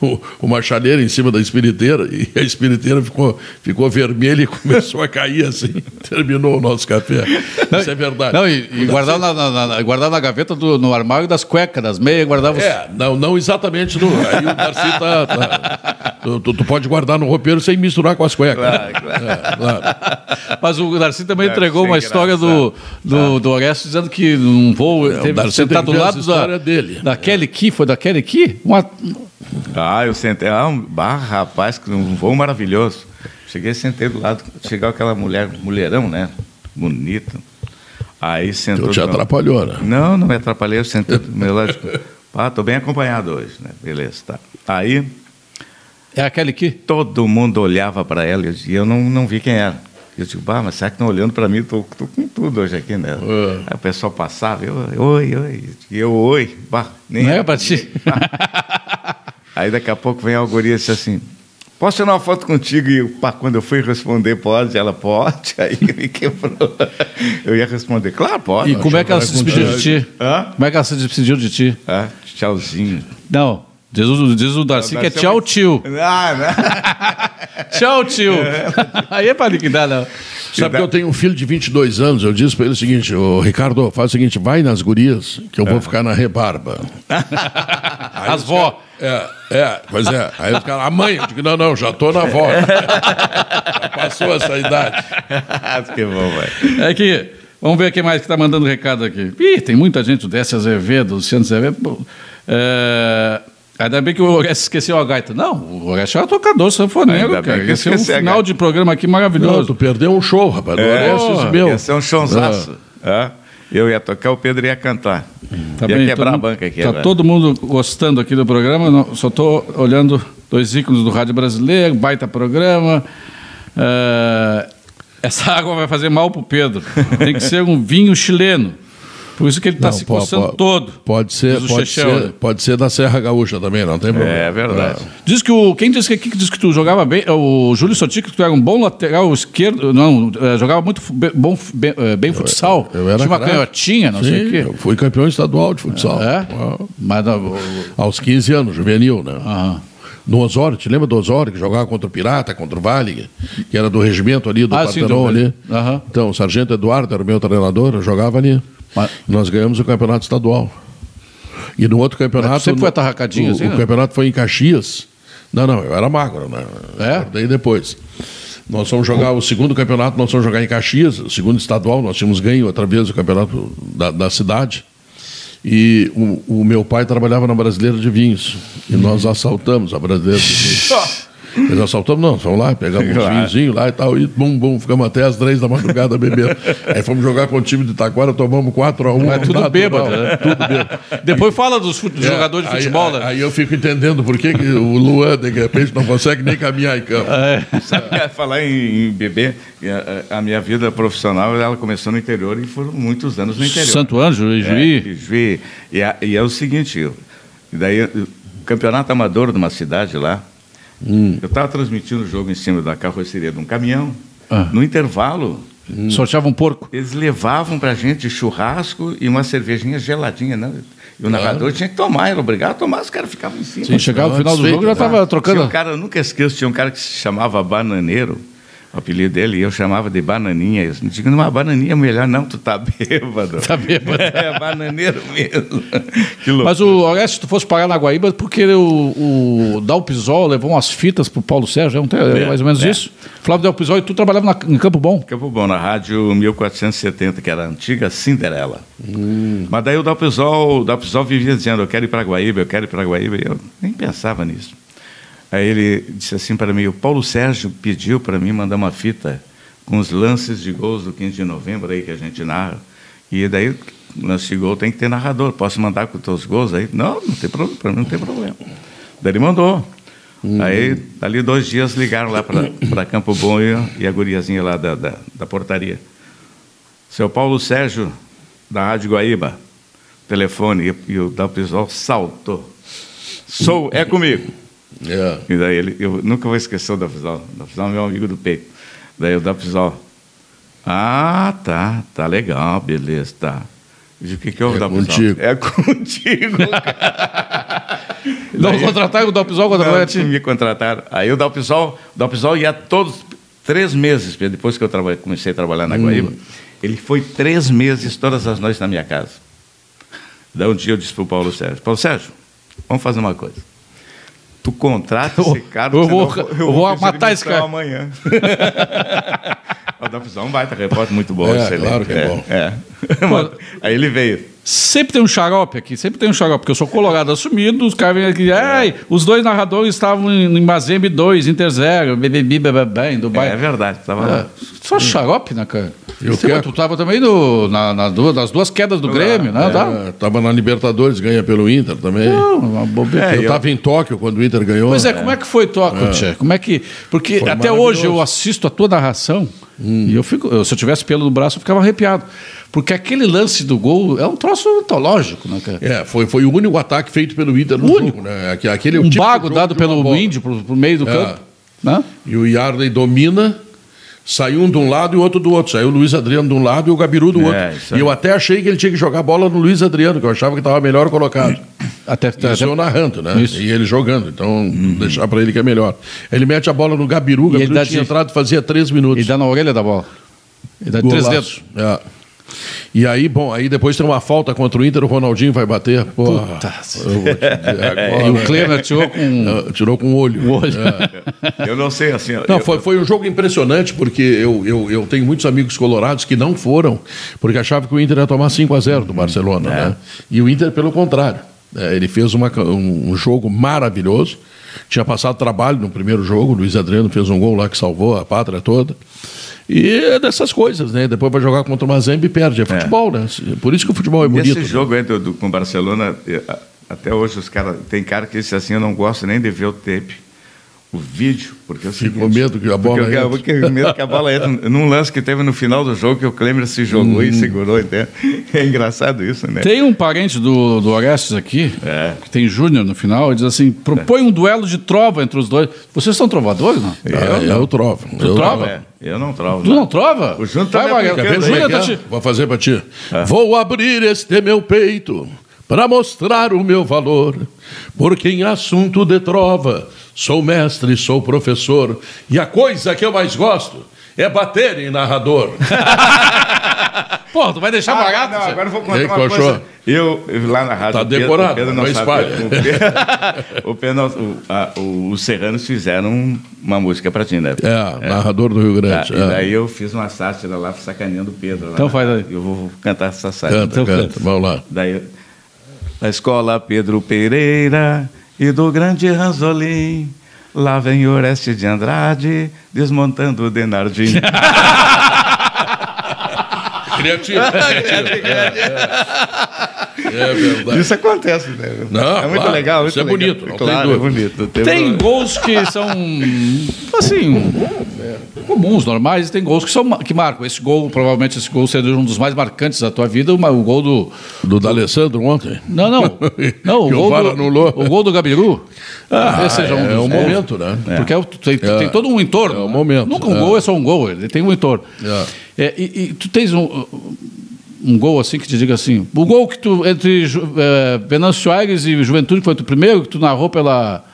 o- uma chaleira em cima da espiriteira e a espiriteira ficou, ficou vermelha e começou a cair assim. Terminou o nosso café. Isso é verdade. Não, e, e guardava, na, na- na- guardava na gaveta, do, no armário das cuecas, das meias, guardava. os- É, não, não exatamente no. Aí o Darcy tá. tá- tu, tu- tu pode guardar no roupeiro sem misturar com as cuecas. Claro, claro. É, claro. Mas o Darcy também É, Deve entregou ser uma história do, do, do Orestes dizendo que num voo ele Tá. É, o teve que Darcy sentar tem do que ver lado essa da, história dele. É. da Kelly Key, foi da Kelly Key? Uma, Ah, eu sentei. Ah, um bah, rapaz, que um voo maravilhoso. Cheguei, sentei do lado. Chegou aquela mulher, mulherão, né? Bonita. Aí sentou. Tu te do meu- atrapalhou, né? Não, não me atrapalhei, eu sentei do meu lado. Ah, tô bem acompanhado hoje, né? Beleza, tá. Aí é a Kelly Key? todo mundo olhava para ela e eu disse- e eu não, não vi quem era. Eu digo, bah, mas será que estão olhando para mim? Tô, tô com tudo hoje aqui, né? É. Aí o pessoal passava, eu, oi, oi. E eu, oi. Bah, nem Não é pra ti? Aí daqui a pouco vem a guria e diz assim: Posso tirar uma foto contigo? E eu, pá, quando eu fui responder, pode? Ela, pode. Aí me quebrou. Eu ia responder, claro, pode. E como é que ela se despediu de ti? Hã? Como é que ela se despediu de ti? Ah, tchauzinho. Não. Diz o, diz o Darcy que é tchau, tio. Ah, né? Tchau, tio. Aí é pra liquidar, não. Sabe que eu tenho um filho de 22 anos, eu disse para ele o seguinte, ô, Ricardo, faz o seguinte, vai nas gurias, que eu vou ficar na rebarba. É. As vó. É, é, pois é. Aí os caras, a mãe, eu digo, não, não, já tô na avó. Já passou essa idade. que bom, velho. É que, vamos ver quem mais que tá mandando recado aqui. Ih, tem muita gente, o Décio Azevedo, o Luciano Azevedo. Bom, É... Ainda bem que o Orestes esqueceu a gaita. Não, o Orestes era tocador, sanfoneiro, Ainda bem cara. que Esse é um esqueci a final gaita. de programa aqui Não, maravilhoso. tu perdeu um show, rapaz. É, Porra, meu. Ia ser um chonzaço. Ah, Eu ia tocar, o Pedro ia cantar. ia É. Tá bem, quebrar todo a mundo- banca aqui. Tá agora. todo mundo gostando aqui do programa. não- só estou olhando dois ícones do rádio brasileiro, baita programa. É, essa água vai fazer mal pro Pedro. Tem que ser um vinho chileno. Por isso que ele está Não, Tá se po- coçando po- todo. Pode ser, Diz o pode, Chechel, né? ser, pode ser da Serra Gaúcha também, não tem problema. É verdade. Diz que o quem disse que aqui que disse que tu jogava bem, é o Júlio Sotico que tu era um bom lateral esquerdo, não, é, jogava muito fu- bem, bom fu- bem, é, bem futsal. Ah, Eu era Tinha uma craque. canhotinha, não Sim, sei o quê. Eu fui campeão estadual de futsal. É? Mas ah, o- Aos 15 anos, juvenil, né? aham. No Osório, te lembra do Osório, que jogava contra o Pirata, contra o Vale, que era do regimento ali, do Ah, sim, Partenon do- ali. Aham. Então, o Sargento Eduardo era o meu treinador, eu jogava ali. Mas- Nós ganhamos o campeonato estadual. E no outro campeonato. Mas tu sempre no- foi atarracadinho, o, assim, O né? campeonato foi em Caxias. Não, não, eu era magro, né? É? Daí depois. Nós fomos jogar o segundo campeonato, nós fomos jogar em Caxias, o segundo estadual, nós tínhamos ganho outra vez o campeonato da, da cidade. E o, o meu pai trabalhava na Brasileira de Vinhos. E nós assaltamos a Brasileira de Vinhos. Nós assaltamos, não, fomos lá, pegamos Claro. uns vinhozinhos lá e tal, e bum, bum, ficamos até às três da madrugada bebendo. Aí fomos jogar com o time de Taquara, tomamos 4 a 1 Mas tudo bêbado, né? Tudo bêbado. Depois fala dos fut- dos É, jogadores de aí- futebol, aí, né? aí eu fico entendendo por que, que o Luan, de repente, não consegue nem caminhar em campo. É. Sabe, falar em, em bebê, a- a, a minha vida profissional ela começou no interior e foram muitos anos no interior. Santo Anjo, É, Juiz. Juí. E, a- e é o seguinte, eu- e daí eu- o campeonato amador de uma cidade lá, Hum. eu estava transmitindo o jogo em cima da carroceria de um caminhão. Ah. No intervalo, sorteava um porco. eles levavam para gente churrasco e uma cervejinha geladinha, né? E o narrador tinha que tomar, era obrigado a tomar, os caras ficavam em cima. Quando chegava no final do desfeita, jogo, já né? estava Tinha um trocando. cara, eu nunca esqueço, tinha um cara que se chamava Bananeiro, o apelido dele, e eu chamava de Bananinha. Eu digo, não, mas bananinha é melhor não, tu tá bêbado. Tá bêbado. é, bananeiro mesmo. Que louco. Mas o Orestes, se tu fosse pagar na Guaíba, porque o, o Dalpisol levou umas fitas pro Paulo Sérgio, é, um te- é mais ou menos é. isso. Flávio Dalpisol e tu trabalhava na- em Campo Bom. Campo Bom, na rádio 1470, que era a antiga Cinderela. Mas daí o Dalpisol, o Dalpisol vivia dizendo, eu quero ir para Guaíba, eu quero ir para Guaíba. E eu nem pensava nisso. Aí ele disse assim para mim, o Paulo Sérgio pediu para mim mandar uma fita com os lances de gols do 15 de novembro aí que a gente narra. E daí, lance de gol tem que ter narrador, posso mandar com os teus gols aí? Não, não tem problema, para mim não tem problema. Daí ele mandou. Aí, dali dois dias, ligaram lá para Campo Bom e, e a guriazinha lá da, da, da portaria. Seu Paulo Sérgio, da Rádio Guaíba, telefone, e, e o Dalpisol saltou. Sou, é comigo. É. E daí ele, eu nunca vou esquecer o Dalpisol. O Dalpisol é meu amigo do peito. Daí o Dalpisol, ah, tá, tá legal, beleza, tá. Eu digo, O que, que houve, É Dalpisol? contigo. É contigo, Não contrataram o Dalpisol, contrataram Não, a tá é ti. me contrataram. Aí o Dalpisol, o Dalpisol ia todos, três meses, Pedro, depois que eu traba- comecei a trabalhar na Hum. Guaíba, ele foi três meses, todas as noites na minha casa. Daí um dia eu disse pro Paulo Sérgio, Paulo Sérgio, vamos fazer uma coisa. Tu contrata esse cara... eu senão vou- eu vou matar esse cara. amanhã. o Dalpisol é um baita repórter, muito bom, É, excelente. claro que é bom. é. Mas- Aí ele veio. Sempre tem um xarope aqui, sempre tem um xarope, porque eu sou colorado assumido, os caras vêm aqui, ai, os dois narradores estavam em, em Mazembe 2, Inter 0, BBB, BBB, em É, Dubai. verdade, tava É, lá. Hum. Só xarope, né, cara? Eu Você- quero- Tu tava também no, na, na duas- nas duas quedas do Grêmio, né? Tá? Ah, Ah, É, tava na Libertadores, ganha pelo Inter também. Não, uma bobeira. É, eu, eu- tava em Tóquio quando o Inter ganhou. Pois é, como é que foi tua, Tchê? Como é que. Porque Foi até maravilhoso. Hum. hoje eu assisto a tua narração e eu fico. eu- se eu tivesse pelo no braço, eu ficava arrepiado. Porque aquele lance do gol é um troço antológico, né, cara? É, foi, foi o único ataque feito pelo Inter no Único. jogo, né? Aque- Aquele é o Um típico bago jogo dado de uma pelo bola. índio pro, pro meio do É. campo. Né? E o Yardley domina, saiu um de um lado e o outro do outro. Saiu o Luiz Adriano de um lado e o Gabiru do É, isso outro. aí. E eu até achei que ele tinha que jogar bola no Luiz Adriano, que eu achava que estava melhor colocado. Até, Isso até- eu narrando, né? Isso. Uhum. E ele jogando, então deixar pra ele que é melhor. Ele mete a bola no Gabiru, o ele Gabiru dá tinha de- entrado fazia três minutos. e dá na orelha da bola. E dá três Golaço. dedos. É. E aí, bom, aí depois tem uma falta contra o Inter, o Ronaldinho vai bater. Porra, Puta. Ah. eu vou te dizer agora. Tá, E o Kleber tirou com. um Ah, Tirou com o olho. É. Eu não sei, assim... ó, Não, eu- foi, foi um jogo impressionante, porque eu, eu, eu tenho muitos amigos colorados que não foram, porque achavam que o Inter ia tomar 5 a 0 do Barcelona. Né? E o Inter, pelo contrário. né? ele fez uma ca- um, um jogo maravilhoso. Tinha passado trabalho no primeiro jogo, o Luiz Adriano fez um gol lá que salvou a pátria toda. E é dessas coisas, né? Depois vai jogar contra o Mazembe e perde. É futebol, né? Por isso que o futebol é bonito. Esse jogo aí do, do- com o Barcelona, eh, a- até hoje os caras. Tem cara que disse assim: eu não gosto nem de ver o tape, o vídeo, porque eu Fico com medo que a bola porque, eu- entre. porque eu medo que a bola entra num lance que teve no final do jogo que o Klemer se jogou Hum. e segurou, entende? É engraçado isso, né? Tem um parente do, do Orestes aqui, É. que tem Júnior no final, e diz assim: propõe um duelo de trova entre os dois. Vocês são trovadores, não? Ah, eu trovo. Eu trova? É, eu não trovo. Tu não trova? O Júnior tá Vai, me Magrelo. O brincando aí, Júnior tá Júlia, tá te... Vou fazer pra ti. Vou abrir este meu peito para mostrar o meu valor, porque em assunto de trova sou mestre, sou professor, e a coisa que eu mais gosto é bater em narrador. Pô, tu vai deixar Ah, barato? não, Zé? agora eu vou tá E contar aí, uma Cochô? coisa. Eu, eu lá na rádio. Tá o Pedro- decorado, o Pedro não não sabe. espalha. O Pedro, o Pedro não- o- a- o- os serranos fizeram um, uma música pra ti, né? É, narrador do Rio Tá, Grande. E é. daí eu fiz uma sátira lá sacaneando o Pedro. lá. Então faz aí. Eu vou cantar essa sátira. Canta, canta, vamos lá. Daí, eu- da escola Pedro Pereira e do grande Ranzolim, Lá vem Oreste de Andrade, desmontando o Denardinho. Criativo. criativo. É, é verdade. Isso acontece, né? Não, é muito claro, legal. isso muito é legal. bonito, não tem claro, é dúvida. bonito. não Tem problema. gols que são, assim, comuns, normais, e tem gols que, são, que marcam. Esse gol, provavelmente, esse gol seria um dos mais marcantes da tua vida, uma- o gol do... Do D'Alessandro ontem? Não, não. Não, o Que o gol VAR do, anulou. o gol do Gabiru. talvez seja é dos um gols. momento, né? Porque é o- tem, É. tem todo um entorno. É o né? momento, Nunca um é. gol é só um gol, ele tem um entorno. É. É, e, e tu tens um, um gol assim que te diga assim, o gol que tu, entre Ju- eh, Venâncio Aires e Juventude, que foi o teu primeiro, que tu narrou pela...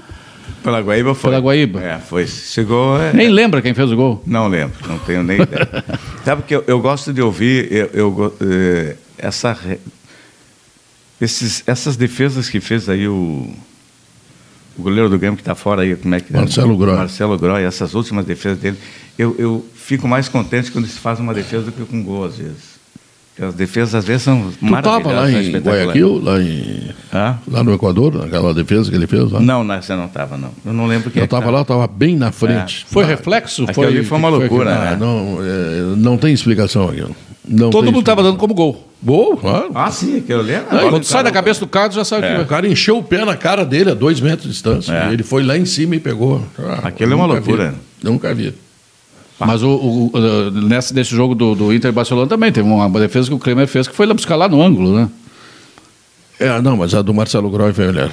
Pela Guaíba foi. Pela Guaíba. É, foi. Chegou. é, Nem lembra quem fez o gol. Não lembro, não tenho nem ideia. Sabe que eu, eu gosto de ouvir eu, eu go- eh, essa, re- esses, essas defesas que fez aí o, o goleiro do Grêmio que está fora aí, como é que é? Marcelo Groy. Marcelo Groy, essas últimas defesas dele. Eu, eu fico mais contente quando se faz uma defesa do que com gol, às vezes. Porque as defesas, às vezes, são Tu estava maravilhosas. lá são em espetaculares. Guayaquil, lá, em, Hã? lá no Equador, naquela defesa que ele fez? Lá. Não, não, você não estava, não. Eu não lembro quem eu é que estava tava. lá, estava bem na frente. Foi reflexo? Aquilo ali foi uma que loucura, aquilo? né? Ah, não, é, não tem explicação aquilo. Não Todo tem mundo estava explicação. dando como gol. Gol, claro. Ah, sim, aquilo ali era. Quando sai da cabeça do Carlos, já sabe O que vai. cara encheu o pé na cara dele a dois metros de distância. É. E ele foi lá em cima e pegou. Ah, Aquilo é uma nunca vi. loucura. Nunca vi. Mas o, o, o- nessa, nesse jogo do, do Inter e Barcelona também teve uma defesa que o Klemer fez que foi lá buscar lá no ângulo, né? É, não, mas a do Marcelo Groy foi melhor.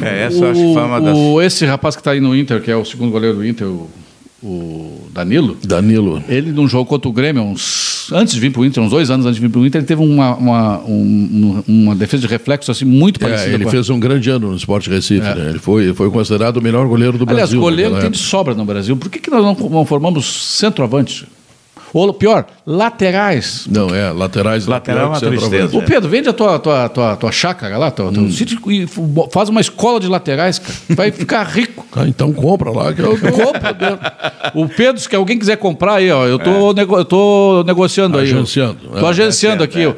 É. É, essa eu acho que foi uma das. o- Esse rapaz que está aí no Inter, que é o segundo goleiro do Inter, o, o Danilo, Danilo. ele num jogo contra o Grêmio, uns, antes de vir para o Inter, uns dois anos antes de vir para o Inter, ele teve uma, uma, um- uma defesa de reflexo assim, muito É, parecida ele com a- fez um grande ano no Sport Recife. É. né? Ele foi, foi considerado o melhor goleiro do né, Aliás, Brasil. né? é? goleiro naquela tem de sobra no Brasil. Por que, que nós não, não formamos centroavante? Ou pior, laterais. época. Não, é, laterais. Lateral é Hum. uma laterais, centroavante. Ô tristeza. Pedro, vende a tua, tua, tua, tua chácara lá, tua, teu sítio, e f- bo- faz uma escola de laterais, cara. Vai ficar rico. Ah, então compra lá. Que eu, Compra dentro. O Pedro, se alguém quiser comprar aí, ó, eu tô, nego- eu tô negociando aí. Agenciando, Tô é. É. agenciando aqui. ó.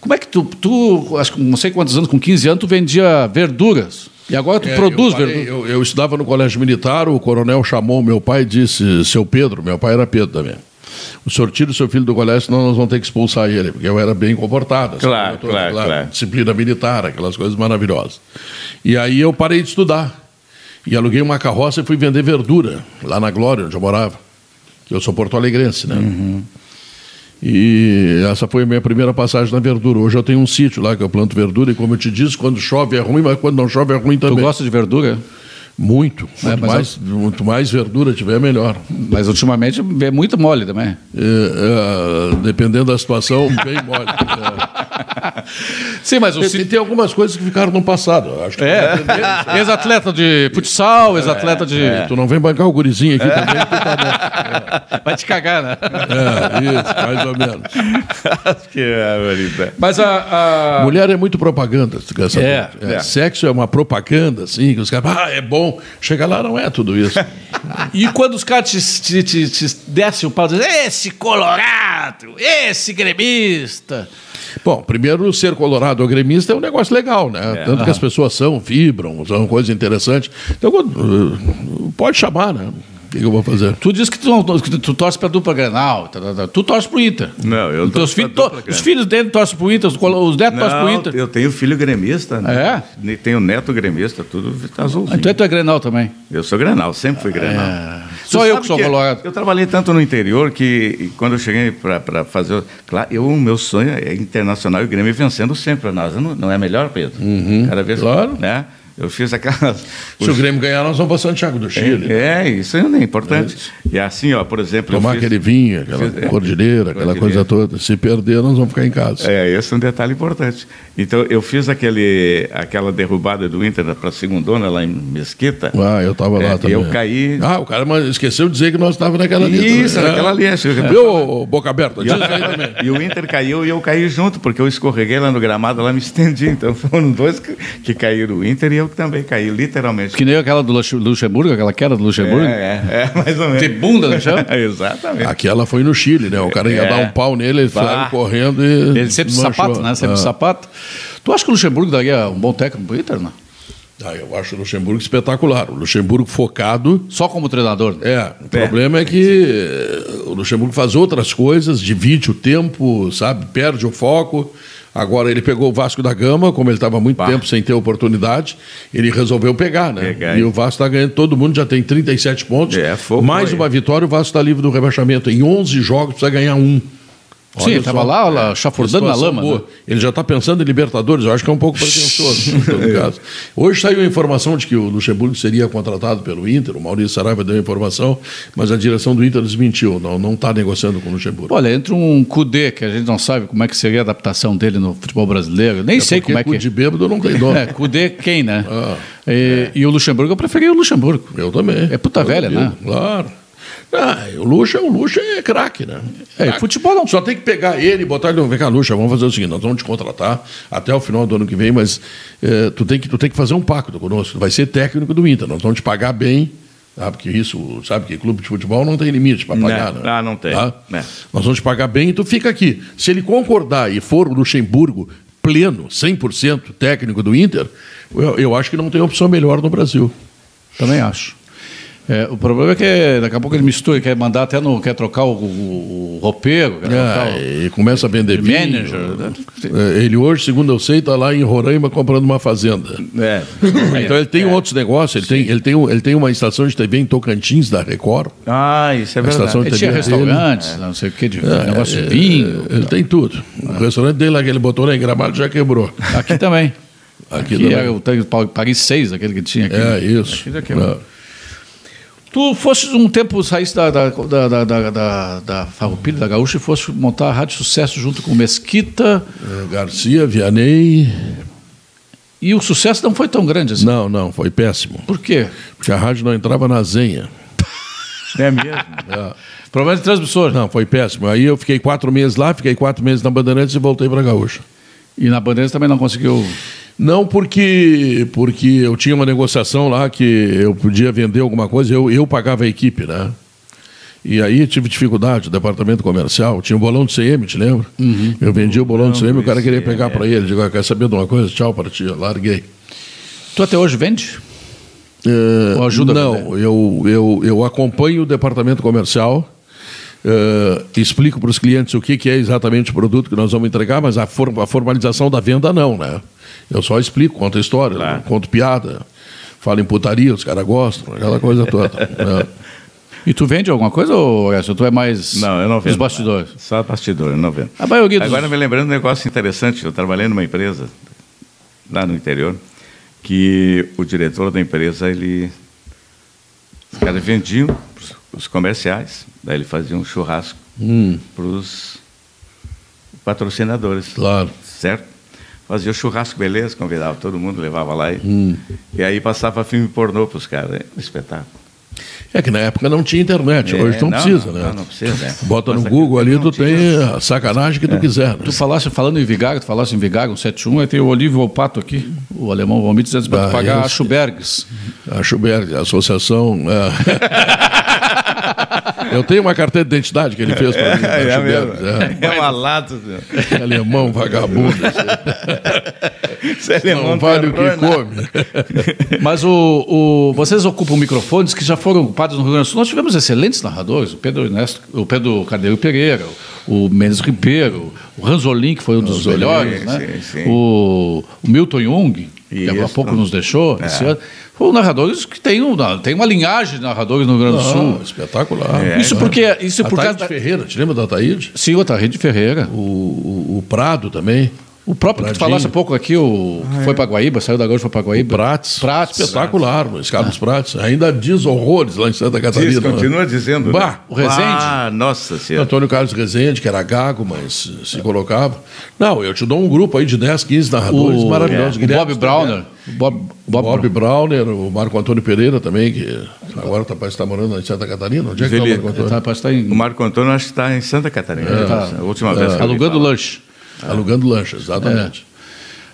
Como é que tu, tu, acho que não sei quantos anos, com 15 anos, tu vendia verduras. E agora tu É, produz né? eu, parei- verduras. eu- eu estudava no colégio militar, o coronel chamou meu pai e disse, seu Pedro, meu pai era Pedro também. O senhor tira o seu filho do colégio, senão nós vamos ter que expulsar ele, porque eu era bem comportado. essa Claro, coisa toda, claro, claro. Disciplina militar, aquelas coisas maravilhosas. E aí eu parei de estudar. E aluguei uma carroça e fui vender verdura, lá na Glória, onde eu morava. Que eu sou porto-alegrense, né? E essa foi a minha primeira passagem na verdura. Hoje eu tenho um sítio lá que eu planto verdura e, como eu te disse, quando chove é ruim, mas quando não chove é ruim Tu também. gosta de verdura? Muito. É, Quanto, mas mais, quanto mais verdura tiver, melhor. Mas ultimamente é muito mole também. É, é, dependendo da situação, bem mole. Sim, mas o É. E tem algumas coisas que ficaram no passado. eu Acho que É, ex-atleta de futsal, ex-atleta de. É, É. Tu não vem bancar o gurizinho aqui também. tu tá Vai te cagar, né? bom. É, isso, mais ou menos. Que é, barbaridade. Mas a. a- Mulher é muito propaganda. tu quer saber? Ah. É, É, Sexo é uma propaganda, assim, que os caras, ah, é bom. Chega lá, não é tudo isso. E quando os caras te, te, te, te descem o pau, dizem, esse colorado, esse gremista. Bom, primeiro, ser colorado ou gremista é um negócio legal, né? É. Tanto Ah. que as pessoas são, vibram, são coisas interessantes. Então, quando- pode chamar, né? O que que eu vou fazer? Tu diz que tu, não- que tu torce pra dupla Granal, tá, tá, tá. tu torce pro Inter. Não, eu Os torço teus pra filhos to- dupla Os Grenal. filhos dele torcem pro Inter, os, colo- os netos torcem pro Não, Inter. eu tenho filho gremista, né? Ah, Ne- Tenho neto gremista, tudo azul. Ah, Então é tu é Grenal também. Eu sou granal, sempre fui granal. Tu Só eu sabe que sou é- colorado. Eu trabalhei tanto no interior que e quando eu cheguei para fazer. o- Claro, eu, o meu sonho é internacional e o Grêmio vencendo sempre para nós. Não, não é melhor, Pedro? Uhum, Cada vez claro. Né? Eu fiz aquelas. Se o Grêmio ganhar, nós vamos para Santiago do Chile. É, isso é importante. E assim, ó, por exemplo. eu Tomar fiz- aquele vinho, aquela fiz- é. cordilheira, aquela coisa Cordilheira. toda. Se perder, nós vamos ficar em casa. É, esse é um detalhe importante. Então, eu fiz aquele, aquela derrubada do Inter para a segundona lá em Mesquita. Ah, eu estava É, lá também. eu caí- Ah, o cara mas esqueceu de dizer que nós estávamos naquela lista. Isso, né? naquela lista. Viu, ô, boca aberta? E Diz aí também. o- E o Inter caiu e eu caí junto, porque eu escorreguei lá no gramado, lá me estendi. Então foram dois que, que caíram, o Inter e eu que também caí, literalmente. Que nem aquela do Luxem- Luxemburgo, aquela queda do é, Luxemburgo. é, é, mais ou menos. De bunda no chão? Exatamente. Aquela foi no Chile, né? O cara ia É. dar um pau nele, ele Bah. saiu correndo e. Ele sempre desmanchou. sapato, né? Sempre Ah. sapato. Tu acha que o Luxemburgo daria um bom técnico pro Inter, não? Ah, eu acho o Luxemburgo espetacular. O Luxemburgo focado. Só como treinador. né? É, o problema é que eh, o Luxemburgo faz outras coisas, divide o tempo, sabe? Perde o foco. Agora ele pegou o Vasco da Gama, como ele estava há muito tempo sem ter oportunidade, ele resolveu pegar, né? Pegar, E hein? o Vasco está ganhando, todo mundo já tem 37 pontos. É, fogo Mais aí. uma vitória, o Vasco está livre do rebaixamento. Em 11 jogos precisa ganhar um. É Sim, ele estava lá, lá, chafurdando na Situação lama. boa. né? Ele já está pensando em Libertadores, eu acho que é um pouco pretensioso, em todo caso. Hoje saiu a informação de que o Luxemburgo seria contratado pelo Inter, o Maurício Saraiva deu a informação, mas a direção do Inter desmentiu, não não está negociando com o Luxemburgo. Olha, entre um Cudê, que a gente não sabe como é que seria a adaptação dele no futebol brasileiro, nem sei Porque como é cu que... de bêbado não tem dono. É, Cudê quem, né? Ah, e, É. e o Luxemburgo, eu preferi o Luxemburgo. Eu também. É puta Eu velha, digo, né? Claro. Ah, o Luxa, o Luxa é craque, né? É, e Craque. futebol não Só tem que pegar ele e botar ele. Vem cá, Luxa, vamos fazer o seguinte: nós vamos te contratar até o final do ano que vem, mas eh, tu, tem que, tu tem que fazer um pacto conosco. Tu vai ser técnico do Inter, nós vamos te pagar bem. Tá? Porque isso, sabe que clube de futebol não tem limite para Não, pagar, né? ah, não tem. Tá? É. Nós vamos te pagar bem e tu fica aqui. Se ele concordar e for o Luxemburgo pleno, 100% técnico do Inter, eu, eu acho que não tem opção melhor no Brasil. Também acho. É, o problema é que daqui a pouco ele mistura, quer mandar até no. quer trocar o, o, o roupeiro, quer trocar é, Ah, o- e começa a vender vinho. manager, né? É, Ele hoje, segundo eu sei, está lá em Roraima comprando uma fazenda. É. Então é. ele tem outros negócios, ele tem, ele, tem, um- ele tem uma estação de TV em Tocantins da Record. Ah, isso é A verdade. estação de Ele tinha TV dele. restaurantes, né? não sei o que, de Ah, negócio É, de vinho. Ele tem tudo. O restaurante dele lá que ele botou lá em Gramado já quebrou. Aqui também. é, Aqui Aqui também. era o tanque do Paris 6, aquele que tinha aqui. É isso. Aqui já quebrou. Tu fosses um tempo, saísse da, da, da, da, da, da, da Farroupilha, da Gaúcha, e fosse montar a Rádio Sucesso junto com o Mesquita, É, Garcia, Vianney. e o sucesso não foi tão grande assim. Não, não, foi péssimo. Por quê? Porque a rádio não entrava na zenha. É mesmo. Ah, Problema de transmissor. Não, foi péssimo. Aí eu fiquei quatro meses lá, fiquei quatro meses na Bandeirantes e voltei para Gaúcha. E na Bandeirantes também não conseguiu. Não porque porque eu tinha uma negociação lá que eu podia vender alguma coisa, eu, eu pagava a equipe, né? E aí tive dificuldade, o departamento comercial, tinha um bolão de CM, te lembra? Eu vendi o bolão de CM, o cara queria isso, pegar para ele, digo, ah, quer saber de uma coisa? Tchau para ti, larguei. Tu até hoje vende? É, Ou ajuda a não, eu, eu, eu acompanho o departamento comercial, é, explico para os clientes o que, que é exatamente o produto que nós vamos entregar, mas a, for- a formalização da venda não, né? Eu só explico, conto história, Claro. conto piada, falo em putaria, os caras gostam, aquela coisa toda. né? E tu vende alguma coisa, ou Orestes? Tu é mais Não, eu não vendo. dos bastidores? Só bastidor, eu não vendo. A maioria dos... Agora me lembrando um negócio interessante, eu trabalhei numa empresa lá no interior, que o diretor da empresa, ele. Os caras vendiam pros- os comerciais, daí ele fazia um churrasco Hum, para os patrocinadores. claro. Certo? Fazia o churrasco, beleza, convidava todo mundo, levava lá e, Hum. e aí passava filme pornô para os caras. É um espetáculo. É que na época não tinha internet, hoje É, não, precisa, não, né? Não, não precisa, né? Bota no Mas Google ali, não tu tinha- É. tem a sacanagem que tu quiser. Né? Tu falasse, falando em Vigar, tu falasse em Vigar, um 71, aí tem o Olívio Volpato aqui, o alemão Valmir, dizendo para Ah, tu pagar esse. a Schubergs. A Schubert, a associação. é. Eu tenho uma carteira de identidade que ele fez para mim. a É, é Schuberg, mesmo. É uma lata. senhor. é. Alemão vagabundo. Isso é Não alemão, vale o terror, que né? come. Mas o, o- vocês ocupam microfones que já foram ocupados no Rio Grande do Sul. Nós tivemos excelentes narradores, o Pedro, Ernesto, o Pedro Carneiro Pereira, o Mendes Ribeiro, o Ranzolin, que foi um dos Ranzolin, melhores, né? sim, sim. O, o Milton Jung, que Isso. É. agora há pouco nos deixou esse ano. Foram narradores que têm um, tem uma linhagem de narradores no Rio Grande do Não, Sul. espetacular. É, isso porque isso por tá causa da... Ferreira, te lembra da Ataíde? Sim, o Rede Ferreira. O, o, o Prado também. O próprio que tu Pradinho. falasse há pouco aqui, o que foi para Guaíba, saiu da Gaúcha e foi para Guaíba. Prates. Prates. Espetacular, Luiz Ah. Carlos Prates. Ainda diz horrores lá em Santa Catarina. Diz, né? continua dizendo. né? Bah, o Rezende? Ah, nossa senhora. Antônio Carlos Rezende, que era gago, mas se- se colocava. Não, eu te dou um grupo aí de 10, 15 narradores O, É. maravilhosos. o Bob né? Guilherme Browner. O Bob, Bob Bob Brown. Browner, o Marco Antônio Pereira também, que agora tá, parece que está morando em Santa Catarina. Onde é que está o Ele- Marco Ele Antônio? tá, parece que tá O em, Marco Antônio acho que está em Santa Catarina. tá- É, A última vez que eu ouvi alugando falar. lanche. Alugando lancha, exatamente.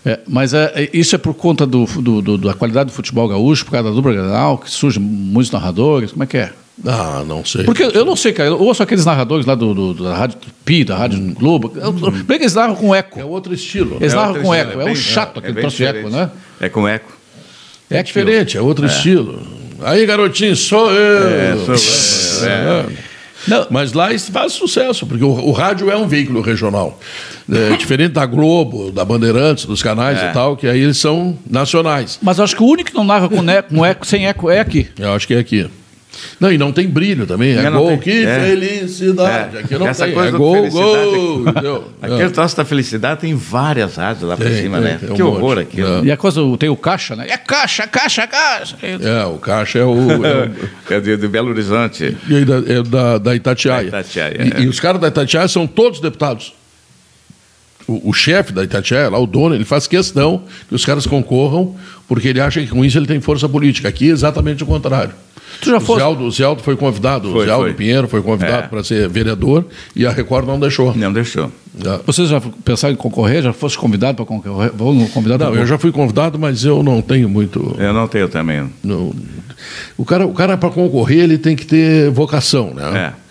É, mas é, isso é por conta do, do- do- da qualidade do futebol gaúcho, por causa da dupla granal, que surgem muitos narradores. Como é que é? Ah, não sei. Porque eu não sei, cara. Eu ouço aqueles narradores lá do, do- da Rádio Tupi, da Rádio Hum. Globo. Eu- Bem que eles narram com eco. É outro estilo. né? Eles narram outra com história, eco. É um bem- chato é aquele bem troço de eco, diferente. né? É com eco. É diferente, é outro estilo. Aí, garotinho, sou eu. É, Não, mas lá isso faz sucesso, porque o, o rádio é um veículo regional. É, diferente da Globo, da Bandeirantes, dos canais É. e tal, que aí eles são nacionais. Mas acho que o único que não narra com, ne- com eco, sem eco é aqui. Eu acho que é aqui. Não, e não tem brilho também. É, É, não gol, tem. que É. felicidade. É. Aqui não Essa tem. coisa é da gol, felicidade é gol. entendeu? É. Aquele troço da felicidade tem várias rádios lá pra Tem, cima, tem, né? tem um que horror monte. aquilo. É. E a coisa, tem o caixa, né? É caixa, caixa, caixa. É, é, o caixa é o. é o- É de, de Belo Horizonte. E aí da, é da, da Itatiaia. Da Itatiaia, e, é. e os caras da Itatiaia são todos deputados. O, o chefe da Itatiaia, lá o dono, ele faz questão que os caras concorram, porque ele acha que com isso ele tem força política. Aqui é exatamente o contrário. Tu já O fosse. Zealdo, o Zealdo foi convidado, o Foi, Zealdo foi. Pinheiro foi convidado É. para ser vereador e a Record não deixou. Não deixou. É. Vocês já pensaram em concorrer? Já fosse convidado para concorrer? Vamos convidado Não, pra eu já fui convidado, mas eu não tenho muito. Eu não tenho também. não- O cara, o cara para concorrer, ele tem que ter vocação, né? É.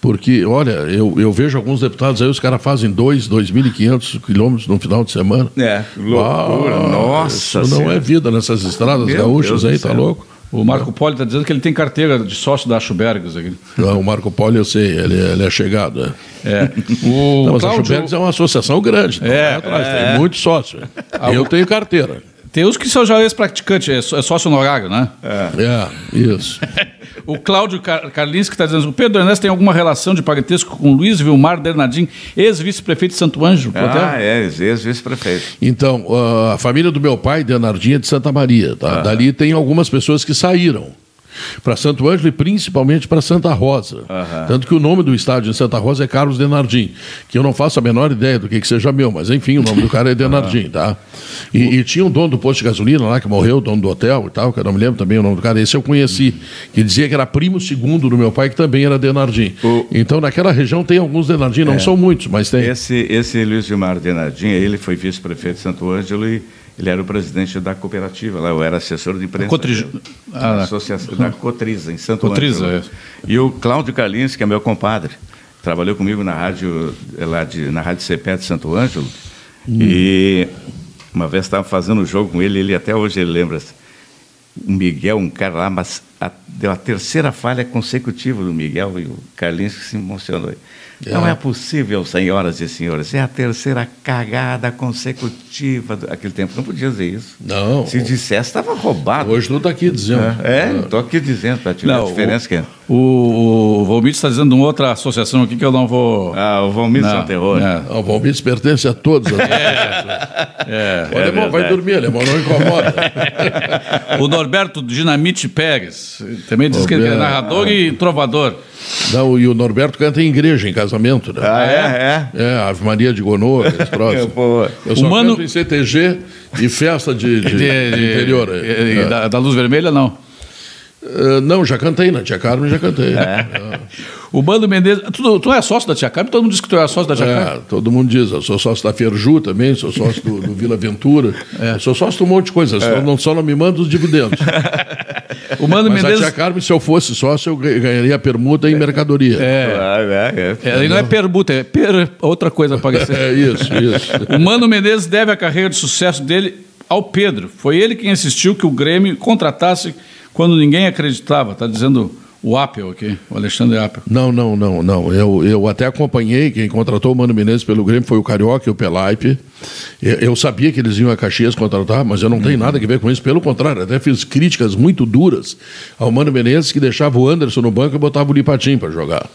Porque, olha, eu, eu vejo alguns deputados aí, os caras fazem 2, 2.500 quilômetros no final de semana. É, loucura. Ah, Nossa Isso não Senhora. é vida nessas estradas Meu gaúchas Deus do aí, tá céu. louco? O Marco Polo está dizendo que ele tem carteira de sócio da Achubergs aqui. Não, ah, o Marco Polo, eu sei, ele, ele é chegado. É. É. O Não, mas a Cláudio, Schubergs é uma associação grande. não É, atrás, tem muito sócio. Ah, Eu tenho carteira. Tem uns que são já ex-praticantes, é, só- um- é sócio honorário, né? Ah. É, isso. O Cláudio Car Carlins que está dizendo o Pedro Ernesto tem alguma relação de parentesco com Luiz Vilmar Dernadim, ex-vice-prefeito de Santo Anjo. Ah, é, ex-vice-prefeito. Então, ah, a família do meu pai, Denardinha, é de Santa Maria. Tá? Dali tem algumas pessoas que saíram para Santo Ângelo e principalmente para Santa Rosa. Tanto que o nome do estádio em Santa Rosa é Carlos Denardim, que eu não faço a menor ideia do que, que seja meu, mas enfim, o nome do cara é Denardim, tá? E, e tinha um dono do posto de gasolina lá que morreu, dono do hotel e tal, que eu não me lembro também o nome do cara, esse eu conheci, que dizia que era primo segundo do meu pai, que também era Denardim. O- É. Então, naquela região tem alguns Denardim, não são muitos, mas tem. Esse, esse Luiz Gilmar Denardinha, ele foi vice-prefeito de Santo Ângelo e ele era o presidente da cooperativa lá, eu era assessor de imprensa. Cotri- Ah, da, associação, da Cotriza, em Santo Cotriza, é. Ângelo. E o Cláudio Carlinhos, que é meu compadre, trabalhou comigo na rádio, eh, lá de, na rádio CPE de Santo Ângelo. Hum. E uma vez estava fazendo um jogo com ele, ele até hoje ele lembra. O Miguel, um cara lá, mas a- deu a terceira falha consecutiva do Miguel e o Carlinhos que se emocionou. Não é possível, senhoras e senhores, é a terceira cagada consecutiva. Do... Aquele tempo não podia dizer isso. Não. Se dissesse, estava roubado. Hoje não está aqui dizendo. É, estou aqui dizendo para ti a diferença que é. o, o, o Valmir está dizendo de uma outra associação aqui que eu não vou... Ah, o Valmir São Terror. é. Ah, O Palmeiras pertence a todos. As É. o alemão vai verdade. dormir, alemão não incomoda. O Norberto Dinamite Pérez também diz que ele é Norberto. narrador e trovador. não, e o Norberto canta em igreja, em casamento, né? Ah, é, É, Ave Maria de Gonoa, aqueles troços. Pô. Eu só Humano- canto em CTG e festa de, de- né? de interior. e- é. e da, da luz vermelha, não. Ah, não, já cantei na Tia Carmen, já cantei. O Bando Mendes. Tu, tu é sócio da Tia Carmen? Todo mundo diz que tu é sócio da Tia Carmen. É, todo mundo diz, eu sou sócio da Ferju também, sou sócio do, do Vila Ventura, eu sou sócio de um monte de coisa, só, não, só não me manda os dividendos. O Mano Mas a Mendes. Tia Carmen, se eu fosse sócio, eu ga- ganharia permuta em mercadoria. é? É, é, é. É, ele não é permuta, é per, outra coisa parecida. é isso, isso. o Mano Mendes deve a carreira de sucesso dele ao Pedro. Foi ele quem insistiu que o Grêmio contratasse quando ninguém acreditava. Tá dizendo o Apple aqui, o Alexandre Apple. Não, não, não, não. Eu, eu até acompanhei, quem contratou o Mano Menezes pelo Grêmio foi o Carioca e o Pelaipe. Eu, eu sabia que eles iam a Caxias contratar, mas eu não tenho nada a ver com isso. Pelo contrário, até fiz críticas muito duras ao Mano Menezes, que deixava o Anderson no banco e botava o Lipatim para jogar.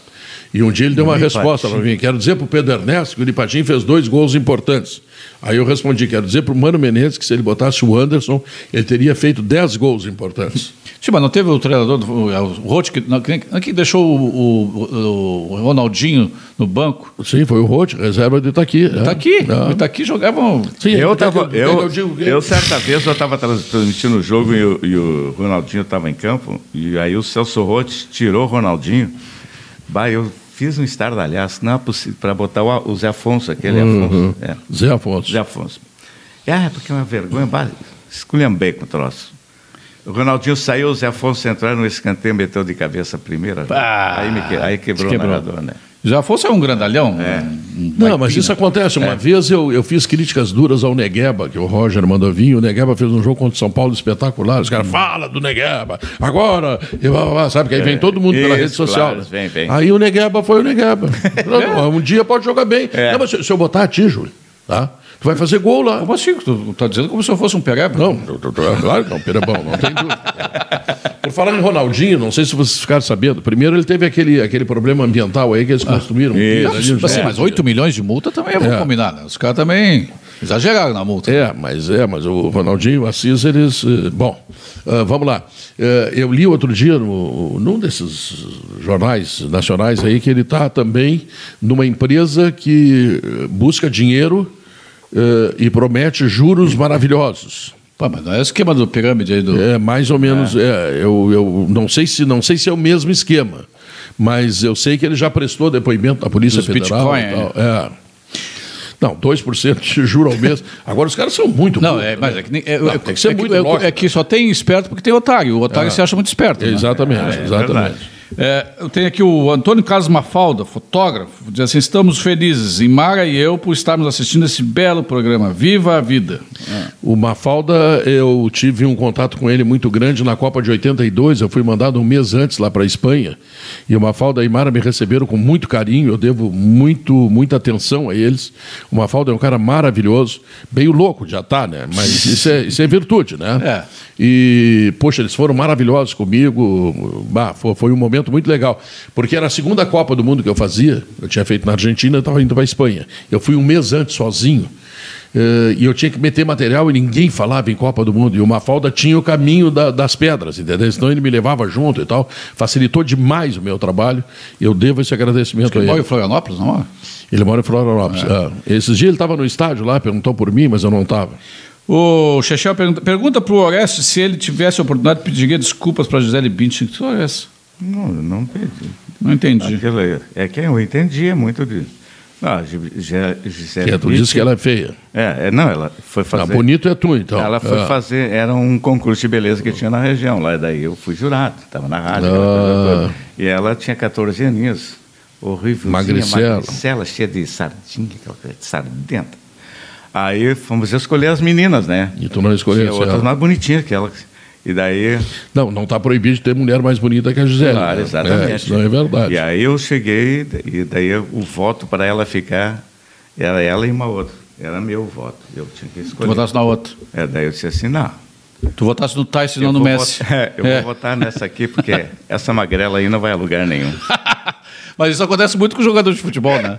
E um dia ele deu uma resposta para mim. Quero dizer para o Pedro Ernesto que o Lipatim fez dois gols importantes. Aí eu respondi, quero dizer para o Mano Menezes que se ele botasse o Anderson, ele teria feito dez gols importantes. Sim, mas não teve o treinador, do- é, o, o Roth, que, não, que- que deixou o, o- o Ronaldinho no banco? Sim, foi o Roth, reserva de Itaqui. né? Tá aqui, Ah. tá aqui jogavam. Sim, Eu, até tava, que- até que eu, digo que- eu, certa vez, eu estava transmitindo o jogo e o, e o Ronaldinho estava em campo, e aí o Celso Rotti tirou o Ronaldinho. Bah, eu fiz um estardalhaço, não é possível, para botar o, A- o Zé Afonso, aquele Uhum. Afonso. É, Zé Afonso. Zé Afonso. E, Ah, porque é uma vergonha, bah, esculhambei com o troço. O Ronaldinho saiu, o Zé Afonso entrou no escanteio, meteu de cabeça a primeira. Pá! aí, me que- aí quebrou, Quebrou. o narrador, né? Já fosse um grandalhão. É. Hum, um- um Não, mas caipira. isso acontece. É. Uma vez eu, eu fiz críticas duras ao Negueba, que o Roger mandou vir. e O Negueba fez um jogo contra o São Paulo espetacular. Os Hum. caras falam do Negueba, agora, e blá, blá, blá, sabe? Que aí É. vem todo mundo pela Isso, rede social. claro, né? vem, vem. Aí o Negueba foi o Negueba. Não, É. não, um dia pode jogar bem. É. Não, mas se, se eu botar a ti, Júlio, tá? tu vai fazer gol lá. Como assim? Tu tá dizendo como se eu fosse um pereba? Não, eu- eu- eu- é claro que não, Pirebão, não tem dúvida. Por falar em Ronaldinho, não sei se vocês ficaram sabendo, primeiro ele teve aquele, aquele problema ambiental aí que eles Ah, construíram. um isso. pier ali, não sei Assim, o mas quê. 8 milhões de multa também, vamos É. combinar, né? Os caras também exageraram na multa. É, mas é, mas o Ronaldinho, o Assis, eles. eh, Bom, ah, vamos lá. Eh, eu li outro dia no, num desses jornais nacionais aí que ele está também numa empresa que eh, busca dinheiro eh, e promete juros maravilhosos. Pô, mas não é o esquema do pirâmide aí do... É mais ou menos. é, eu, eu não sei se não sei se é o mesmo esquema, mas eu sei que ele já prestou depoimento à polícia Dos federal. Bitcoin, e tal. É. Não, 2% de juro ao mês. Agora os caras são muito né? Não, burros, é, mas é que, nem- é, Não, é- tem que ser é muito é- lógico. É. é que só tem esperto porque tem otário. O otário se acha muito esperto. né? Exatamente, verdade. exatamente. É, eu tenho aqui o Antônio Carlos Mafalda, fotógrafo, diz assim: estamos felizes, Imara e eu, por estarmos assistindo esse belo programa. Viva a vida! O Mafalda, eu tive um contato com ele muito grande na Copa de 82. Eu fui mandado um mês antes lá para a Espanha. E o Mafalda e a Imara me receberam com muito carinho. Eu devo muito, muita atenção a eles. O Mafalda é um cara maravilhoso, meio louco já tá, né? Mas isso é, isso é virtude, né? É. E, poxa, eles foram maravilhosos comigo. Bah, fo- foi, um momento muito legal. Porque era a segunda Copa do Mundo que eu fazia. Eu tinha feito na Argentina, eu estava indo para a Espanha. Eu fui um mês antes, sozinho. Eh, e eu tinha que meter material e ninguém falava em Copa do Mundo. E o Mafalda tinha o caminho da- das pedras, entendeu? Senão ele me levava junto e tal. Facilitou demais o meu trabalho. Eu devo esse agradecimento a Mora em ele. Florianópolis, não é? Ele mora em Florianópolis. Ah, Esses dias ele estava no estádio lá, perguntou por mim, mas eu não estava. O Chechel pergunta, pergunta pro Orestes se ele tivesse a oportunidade, pediria desculpas para Gisele Bündchen. Que história é essa? Não, não perdi. Não entendi. Aquilo aí, é que eu entendi, é muito de. Não, Gi- Gi- Gisele Tu disse que ela é feia. É, é, não, ela foi Ah, fazer. bonito é tu, então. Ela foi Ah. fazer, era um concurso de beleza que tinha na região lá, daí eu fui jurado, estava na Ah. rádio. aquela coisa toda. E ela tinha 14 aninhos, horrível, Magricela. magricela, cheia de sardinha, aquela coisa de sardenta. Aí fomos escolher as meninas, né? E tu não escolheu Tinha essa. outras mais bonitinhas que ela. E daí Não, não está proibido de ter mulher mais bonita que a Gisele. Claro, né? exatamente. É, isso não é verdade. E aí eu cheguei, e daí o voto para ela ficar era ela e uma outra. Era meu voto. Eu tinha que Tu escolher. votasse na outra. É, daí eu disse assim, não. Tu votasse no Tyson e eu não no vou Messi. votar- é, eu É. vou votar nessa aqui, porque essa magrela aí não vai a lugar nenhum. Mas isso acontece muito com jogador de futebol, né?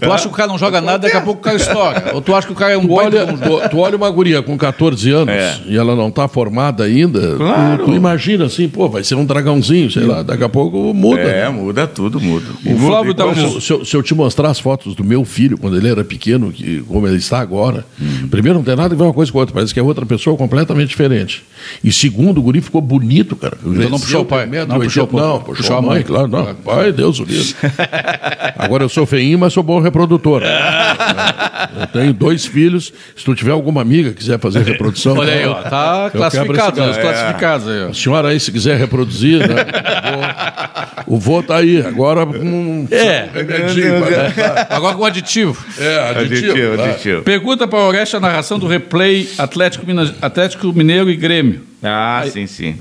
tu acha que o cara não joga nada, daqui a pouco o cara estoura. Ou tu acha que o cara é um Tu olha, baita de um tu, tu olha uma guria com 14 anos É. e ela não está formada ainda, tu, Claro. tu imagina assim, pô, vai ser um dragãozinho, sei lá, daqui a pouco muda. É, né? muda tudo, muda. E O muda, Flávio e tá- como- Se, se eu, se eu te mostrar as fotos do meu filho quando ele era pequeno, que, como ele está agora, Uhum. primeiro não tem nada a ver uma coisa com a outra, parece que é outra pessoa completamente diferente. E segundo, o guri ficou bonito, cara. Então não puxou o pai, não, puxou, o pai. não, puxou, a mãe, claro, Ah, não. tá. Pai, Deus o livre. Agora eu sou feinho, mas sou bom reprodutor. Eu tenho dois filhos. Se tu tiver alguma amiga que quiser fazer reprodução. Olha aí, ó. Tá eu quebro classificado, né? esse É. os galho. classificados aí, ó. A senhora aí, se quiser reproduzir, né? o vô- o vô tá aí. Agora com um É. remedinho. pra- Agora com o aditivo. né? É, aditivo. Aditivo, tá? aditivo. Pergunta para o Oreste a narração do replay Atlético, Minas- Atlético Mineiro e Grêmio. Ah, sim, sim.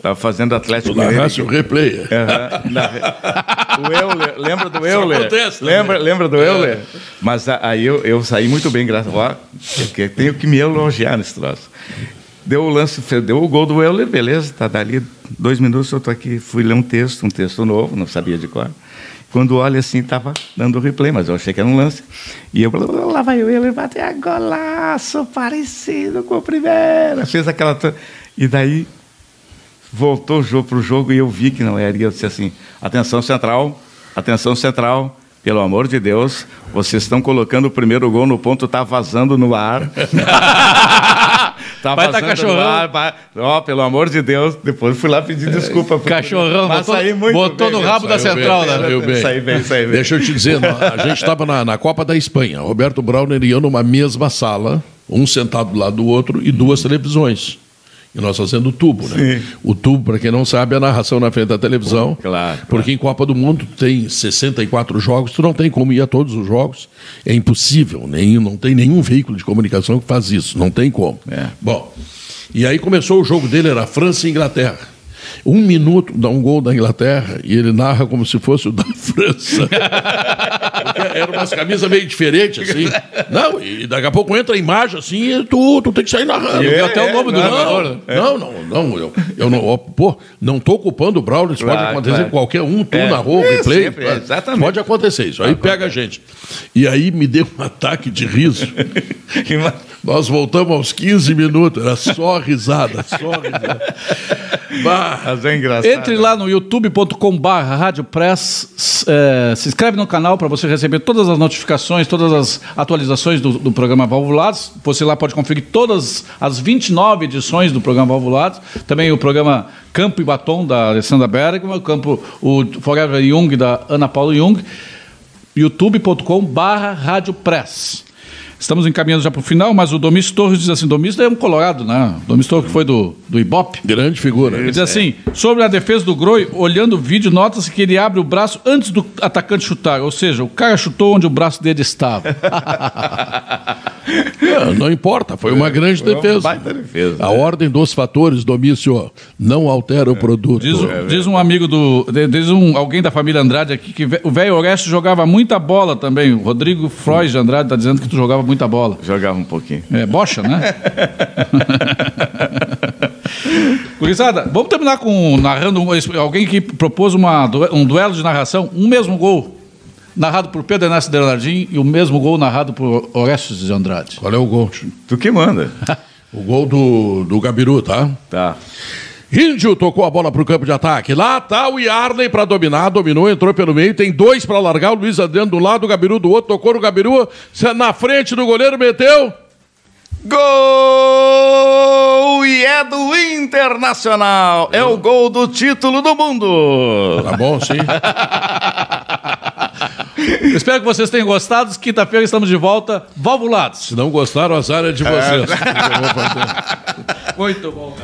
Tava fazendo Atlético Tu narrasse o Mineiro. replay. É, Aham, na- o Euler, lembra do Euler? acontece também. É. lembra, lembra do Euler? Mas a- aí eu, eu saí muito bem, graças a Deus. Porque tenho que me elogiar nesse troço. Deu o lance, fe- deu o gol do Euler, beleza, tá dali dois minutos, eu tô aqui, fui ler um texto, um texto novo, não sabia de qual. Quando olha assim, tava dando replay, mas eu achei que era um lance. E eu, blá, blá, blá, lá vai o Euler, bater a golaço, parecido com o primeiro. Fez aquela... to- E daí voltou o jogo pro jogo e eu vi que não era. E eu disse assim: atenção central, atenção central. Pelo amor de Deus, vocês estão colocando o primeiro gol no ponto, tá vazando no ar. tá Vai tá cachorrão. vai- Ó, pelo amor de Deus, depois fui lá pedir desculpa. pro- Cachorrão, Mas botou- saí muito botou bem, no rabo da saiu bem, central, né? Saiu bem. Saí bem, saí bem. Deixa eu te dizer, nó- a gente estava na, na Copa da Espanha, Roberto Brauner e eu numa mesma sala, um sentado do lado do outro e duas televisões. E nós fazendo o tubo, né? Sim. O tubo, para quem não sabe, é a narração na frente da televisão. Claro, Porque em Copa do Mundo tem 64 jogos, tu não tem como ir a todos os jogos. É impossível, nem, não tem nenhum veículo de comunicação que faz isso, não tem como. É. Bom, e aí começou o jogo dele, era França e Inglaterra. Um minuto dá um gol da Inglaterra e ele narra como se fosse o da França. Porque Era umas camisas meio diferentes, assim. Não, e daqui a pouco entra a imagem assim e tu, tu tem que sair narrando. É, Tem até é, o nome do não, jogador. Não, não, não. Eu, eu não, ó, pô, não tô culpando o Braulio, isso pode Claro, acontecer claro. com qualquer um, tu É. narrou o É, replay. sempre, é, exatamente. Pode acontecer isso. Aí pega a gente. E aí me deu um ataque de riso. Nós voltamos aos 15 minutos, era só risada, só risada. Bah, Mas é engraçado. Entre lá no youtube.com.br Rádio Press, s- eh, se inscreve no canal para você receber todas as notificações, todas as atualizações do, do programa Valvulados. Você lá pode conferir todas as 29 edições do programa Valvulados. Também o programa Campo e Batom, da Alessandra Bergman, o, campo, o Forever Young, da Ana Paula Jung youtube.com.br radiopress. Estamos encaminhando já para o final, mas o Domis Torres diz assim, Domis é um colorado, né? Domis Torres que foi do, do Ibope. grande figura. Ele diz assim, sobre a defesa do Groi, olhando o vídeo, nota-se que ele abre o braço antes do atacante chutar. Ou seja, o cara chutou onde o braço dele estava. É, não importa, foi uma grande Foi uma defesa. baita defesa, É. A né? ordem dos fatores, domício, não altera o produto. Diz, o- diz um amigo do. de- Diz um, alguém da família Andrade aqui que ve- o velho Orestes jogava muita bola também. O Rodrigo Frois de Andrade está dizendo que tu jogava muita bola. Jogava um pouquinho. É, bocha, né? Gurizada, vamos terminar com narrando um- alguém que propôs uma du- um duelo de narração, um mesmo gol, narrado por Pedro Inácio de Lanardim e o mesmo gol narrado por Orestes de Andrade. Qual é o gol? Tu que manda. O gol do, do Gabiru, tá? Tá. Índio tocou a bola pro campo de ataque. Lá tá o Yarley pra dominar, dominou, entrou pelo meio, tem dois pra largar, o Luiz Adriano do lado, o Gabiru do outro, tocou no Gabiru, na frente do goleiro, meteu. Gol! E é do Internacional! É o gol do título do mundo! Tá bom, sim. Eu espero que vocês tenham gostado. Quinta-feira estamos de volta, valvulados. Se não gostaram, azar é de vocês. Muito bom.